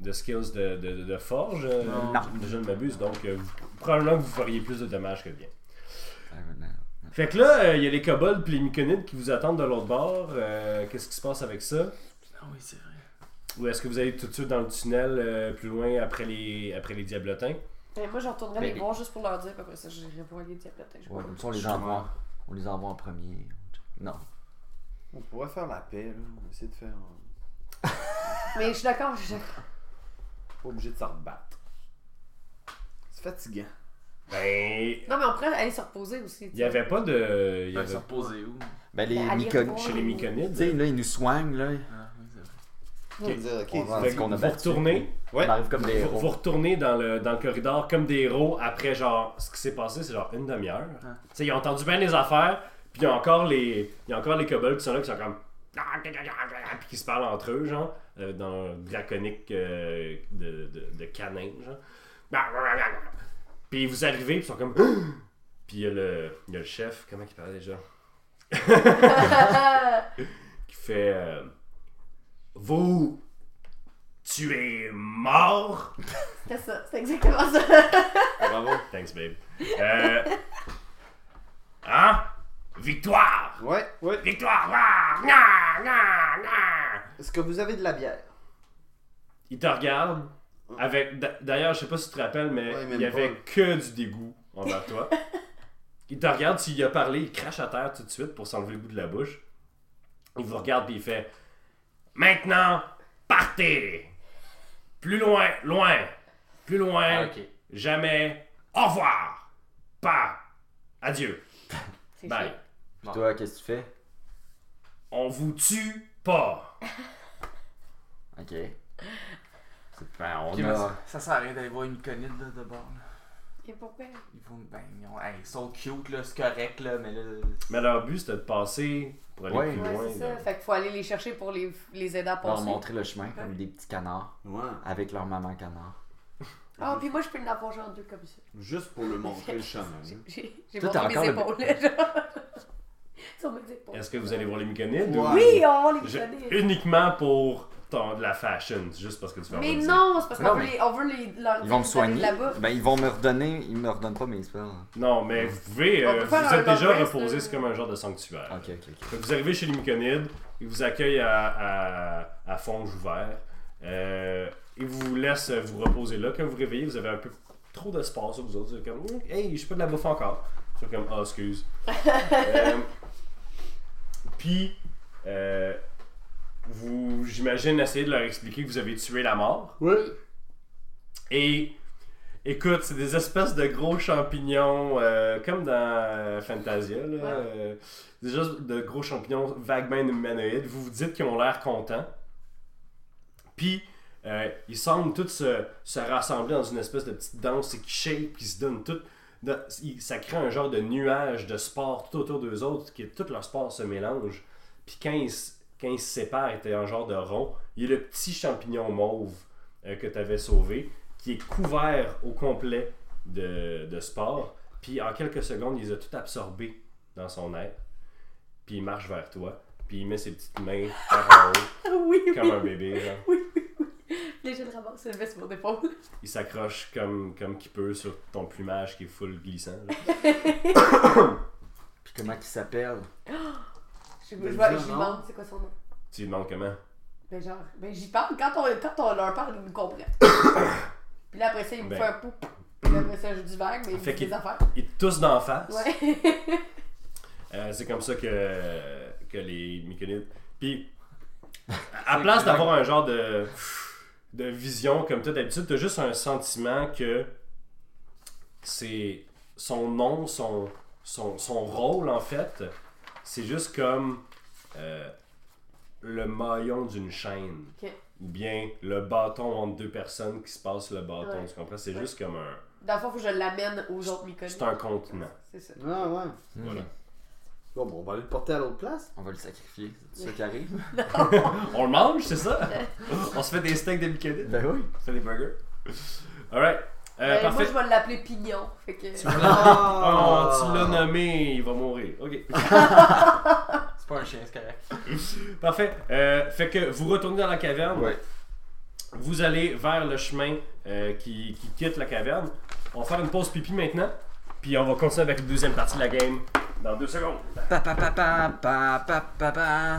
Speaker 2: de skills de, de, de forge. euh,
Speaker 4: Non.
Speaker 2: Je ne m'abuse. Donc, euh, vous- probablement que vous feriez plus de dommages que de bien.
Speaker 1: Ah, maintenant.
Speaker 2: Fait que là, euh, il y a les kobolds puis les myconides qui vous attendent de l'autre bord. Euh, Qu'est-ce qui se passe avec ça?
Speaker 4: Ah oui, c'est vrai.
Speaker 2: Ou est-ce que vous allez tout de suite dans le tunnel euh, plus loin après les, après les diablotins?
Speaker 5: Mais moi, je retournerai
Speaker 1: Ben,
Speaker 5: les voir juste pour leur dire, puis après ça, j'irai voir les diablotins. je
Speaker 1: Ouais,
Speaker 5: vois.
Speaker 1: comme ça, on les envoie. On les envoie en premier. Non.
Speaker 6: On pourrait faire la paix, là. On essaie de faire. euh,
Speaker 5: Mais je suis d'accord, je suis d'accord.
Speaker 6: Pas obligé de s'en rebattre. C'est fatigant.
Speaker 2: Ben,
Speaker 5: Non, mais on pourrait aller se reposer aussi.
Speaker 2: il n'y avait pas de. il y
Speaker 4: Il va
Speaker 2: avait-
Speaker 4: se reposer où?
Speaker 1: Ben, les
Speaker 5: Ben, allez
Speaker 1: myconides.
Speaker 5: revoir.
Speaker 2: Chez les myconides.
Speaker 1: Tu sais, là, ils nous soignent, là.
Speaker 4: Ah oui, c'est vrai.
Speaker 6: On va dire, ok,
Speaker 1: On va-
Speaker 6: c'est-
Speaker 2: Fait que
Speaker 1: qu'on a
Speaker 2: vous
Speaker 1: battu.
Speaker 2: retournez,
Speaker 1: On arrive comme des
Speaker 2: vous, vous
Speaker 1: héros.
Speaker 2: retournez dans le, dans le corridor comme des héros après genre ce qui s'est passé, c'est genre une demi-heure.
Speaker 4: Ouais.
Speaker 2: Tu sais, Ils ont entendu bien les affaires, puis il y a encore les, il y a encore les kobolds qui sont là qui sont comme Ah, puis qui se parlent entre eux genre euh, dans un draconique euh, de, de, de canin genre. Bah, Puis vous arrivez, puis ils sont comme Ah! puis il y a le il y a le chef, comment il parlait déjà qui fait euh, vous tu es mort
Speaker 5: C'était ça, c'était exactement ça.
Speaker 6: Bravo.
Speaker 2: Thanks, babe. Euh... hein? Victoire!
Speaker 6: Ouais, ouais.
Speaker 2: Victoire! Wah! Gna, gna, gna!
Speaker 6: Est-ce que vous avez de la bière?
Speaker 2: Il te regarde avec. d'a- D'ailleurs, je sais pas si tu te rappelles, mais
Speaker 6: Ouais, même
Speaker 2: il y avait
Speaker 6: pas.
Speaker 2: que du dégoût envers toi. il te regarde, tu lui as parlé, il crache à terre tout de suite pour s'enlever le goût de la bouche. Il vous regarde puis il fait Maintenant, partez! Plus loin, loin! Plus loin!
Speaker 4: Ah, ok.
Speaker 2: Jamais! Au revoir! Pas! Adieu!
Speaker 5: C'est
Speaker 2: Bye!
Speaker 5: chiant.
Speaker 1: Toi, qu'est-ce que tu fais?
Speaker 2: Ben, On vous tue pas.
Speaker 1: Ok. C'est- Ben, on
Speaker 4: Ok, mais
Speaker 1: a.
Speaker 4: ça- Ça sert à rien d'aller voir une conide là, de bord. là.
Speaker 5: Et pourquoi
Speaker 4: Ils vont. Ben, ils, ont- hey, ils sont cute, là, c'est correct, là, mais là.
Speaker 2: Mais leur but c'était de passer pour aller
Speaker 1: Ouais.
Speaker 2: plus
Speaker 5: Ouais,
Speaker 2: loin.
Speaker 5: c'est
Speaker 2: là.
Speaker 5: ça. Fait qu'il faut aller les chercher pour les, les aider à
Speaker 1: Leur
Speaker 5: passer.
Speaker 1: montrer le chemin comme des petits canards.
Speaker 6: Ouais.
Speaker 1: Avec leur maman canard.
Speaker 5: Ah, puis moi, je peux l'approcher en deux comme ça.
Speaker 6: Juste pour le montrer le
Speaker 2: hein.
Speaker 6: chemin.
Speaker 5: J'ai- J'ai j'ai
Speaker 1: Toi,
Speaker 5: montré
Speaker 1: t'as
Speaker 5: mes
Speaker 1: encore
Speaker 5: épaules, genre. Sur mes épaules.
Speaker 2: Est-ce que vous allez voir les mécaniques
Speaker 6: Ouais.
Speaker 5: Oui, on va les
Speaker 2: Je-
Speaker 5: donner.
Speaker 2: Uniquement pour ton- de la fashion, c'est juste parce que tu vas
Speaker 5: Mais
Speaker 2: avoir des-
Speaker 5: non, c'est parce
Speaker 1: Non,
Speaker 5: qu'on veut,
Speaker 1: mais-
Speaker 5: les- on veut les, leur
Speaker 1: Ils vont me
Speaker 5: les donner
Speaker 1: soigner.
Speaker 5: là-bas.
Speaker 1: Ben, ils vont me redonner. Ils me redonnent pas mes spells.
Speaker 2: Non, mais vous pouvez.
Speaker 5: On
Speaker 2: euh,
Speaker 5: peut
Speaker 2: vous
Speaker 5: faire un
Speaker 2: êtes déjà
Speaker 5: long rest,
Speaker 2: reposé,
Speaker 5: là.
Speaker 2: c'est comme un genre de sanctuaire.
Speaker 1: Ok, ok, ok.
Speaker 2: Fait que Vous arrivez chez les Myconides, ils vous accueillent à, à, à fonge ouvert. Euh, ils vous laissent vous reposer là. Quand vous vous réveillez, vous avez un peu trop d'espace, vous autres. Vous êtes comme, Hum, hey, je suis pas de la bouffe encore. Vous êtes comme, ah, excuse. Euh, Puis, euh, vous, j'imagine, essayez de leur expliquer que vous avez tué la mort.
Speaker 6: Oui.
Speaker 2: Et écoute, c'est des espèces de gros champignons, euh, comme dans euh, Fantasia, là, euh, des espèces de gros champignons vaguement humanoïdes. Vous vous dites qu'ils ont l'air contents. Puis, euh, ils semblent tous se, se rassembler dans une espèce de petite danse et qui shake, qui se donnent tout. dans- ils- ça crée un genre de nuage de sport tout autour d'eux autres, qui tout leur sport se mélange. Puis quand ils, s- quand ils se séparent, ils étaient en genre de rond, il y a le petit champignon mauve euh, que tu avais sauvé, qui est couvert au complet de, de sport. Puis en quelques secondes, il les a tout absorbés dans son air. Puis il marche vers toi. Puis il met ses petites mains par en haut,
Speaker 5: Ah Oui, oui.
Speaker 2: comme un bébé. genre.
Speaker 5: Là, je le ramasse, je le mets sur mon épaule.
Speaker 2: Il s'accroche comme, comme qu'il peut sur ton plumage qui est full glissant. là.
Speaker 1: Puis comment ils s'appellent?
Speaker 5: Je, je,
Speaker 6: Ben,
Speaker 5: vois-
Speaker 6: dis-le,
Speaker 5: je lui
Speaker 6: non.
Speaker 5: demande, c'est quoi son nom?
Speaker 2: Tu lui demandes comment
Speaker 5: Ben genre, ben j'y parle. Quand on, quand on leur parle, ils nous comprennent. Puis là, après ça, ils me
Speaker 2: Ben.
Speaker 5: font un poup. Puis là, après ça, je divague, mais ils me
Speaker 2: Fait
Speaker 5: disent
Speaker 2: qu'il-
Speaker 5: des affaires.
Speaker 2: Ils te toussent d'en face.
Speaker 5: Ouais.
Speaker 2: Euh, c'est comme ça que, que les Myconides. Puis, à place d'avoir un genre de, de vision comme toi d'habitude. T'as juste un sentiment que c'est son nom, son, son, son rôle en fait, c'est juste comme euh, le maillon d'une chaîne.
Speaker 5: Ok.
Speaker 2: Ou bien le bâton entre deux personnes qui se passent le bâton.
Speaker 5: Ouais.
Speaker 2: Tu comprends? C'est
Speaker 5: Ouais.
Speaker 2: juste comme un.
Speaker 5: Dans le fond, faut que je l'amène aux autres Mykonos.
Speaker 2: C'est un Euh, continent.
Speaker 5: C'est ça.
Speaker 6: Ah ouais.
Speaker 2: Voilà.
Speaker 6: Bon, bon, on va aller le porter à l'autre place.
Speaker 1: On va le sacrifier. C'est ça qui arrive.
Speaker 2: On le mange, c'est ça? On se fait des steaks de Mykonos?
Speaker 1: Ben oui.
Speaker 2: On se fait des burgers? Alright. Euh,
Speaker 4: Ben,
Speaker 5: Euh, moi,
Speaker 2: parfait.
Speaker 5: je vais l'appeler Pignon. Fait que...
Speaker 2: Oh,
Speaker 1: Ah.
Speaker 2: tu
Speaker 6: Ah,
Speaker 2: l'as nommé, il va mourir. Ok.
Speaker 4: C'est pas un chien, c'est correct.
Speaker 2: Parfait. Euh, fait que vous retournez dans la caverne. Vous allez vers le chemin euh, qui, qui quitte la caverne. On va faire une pause pipi maintenant. Puis on va continuer avec la deuxième partie de la game dans deux secondes.
Speaker 1: Pa, pa, pa, pa, pa, pa, pa, pa.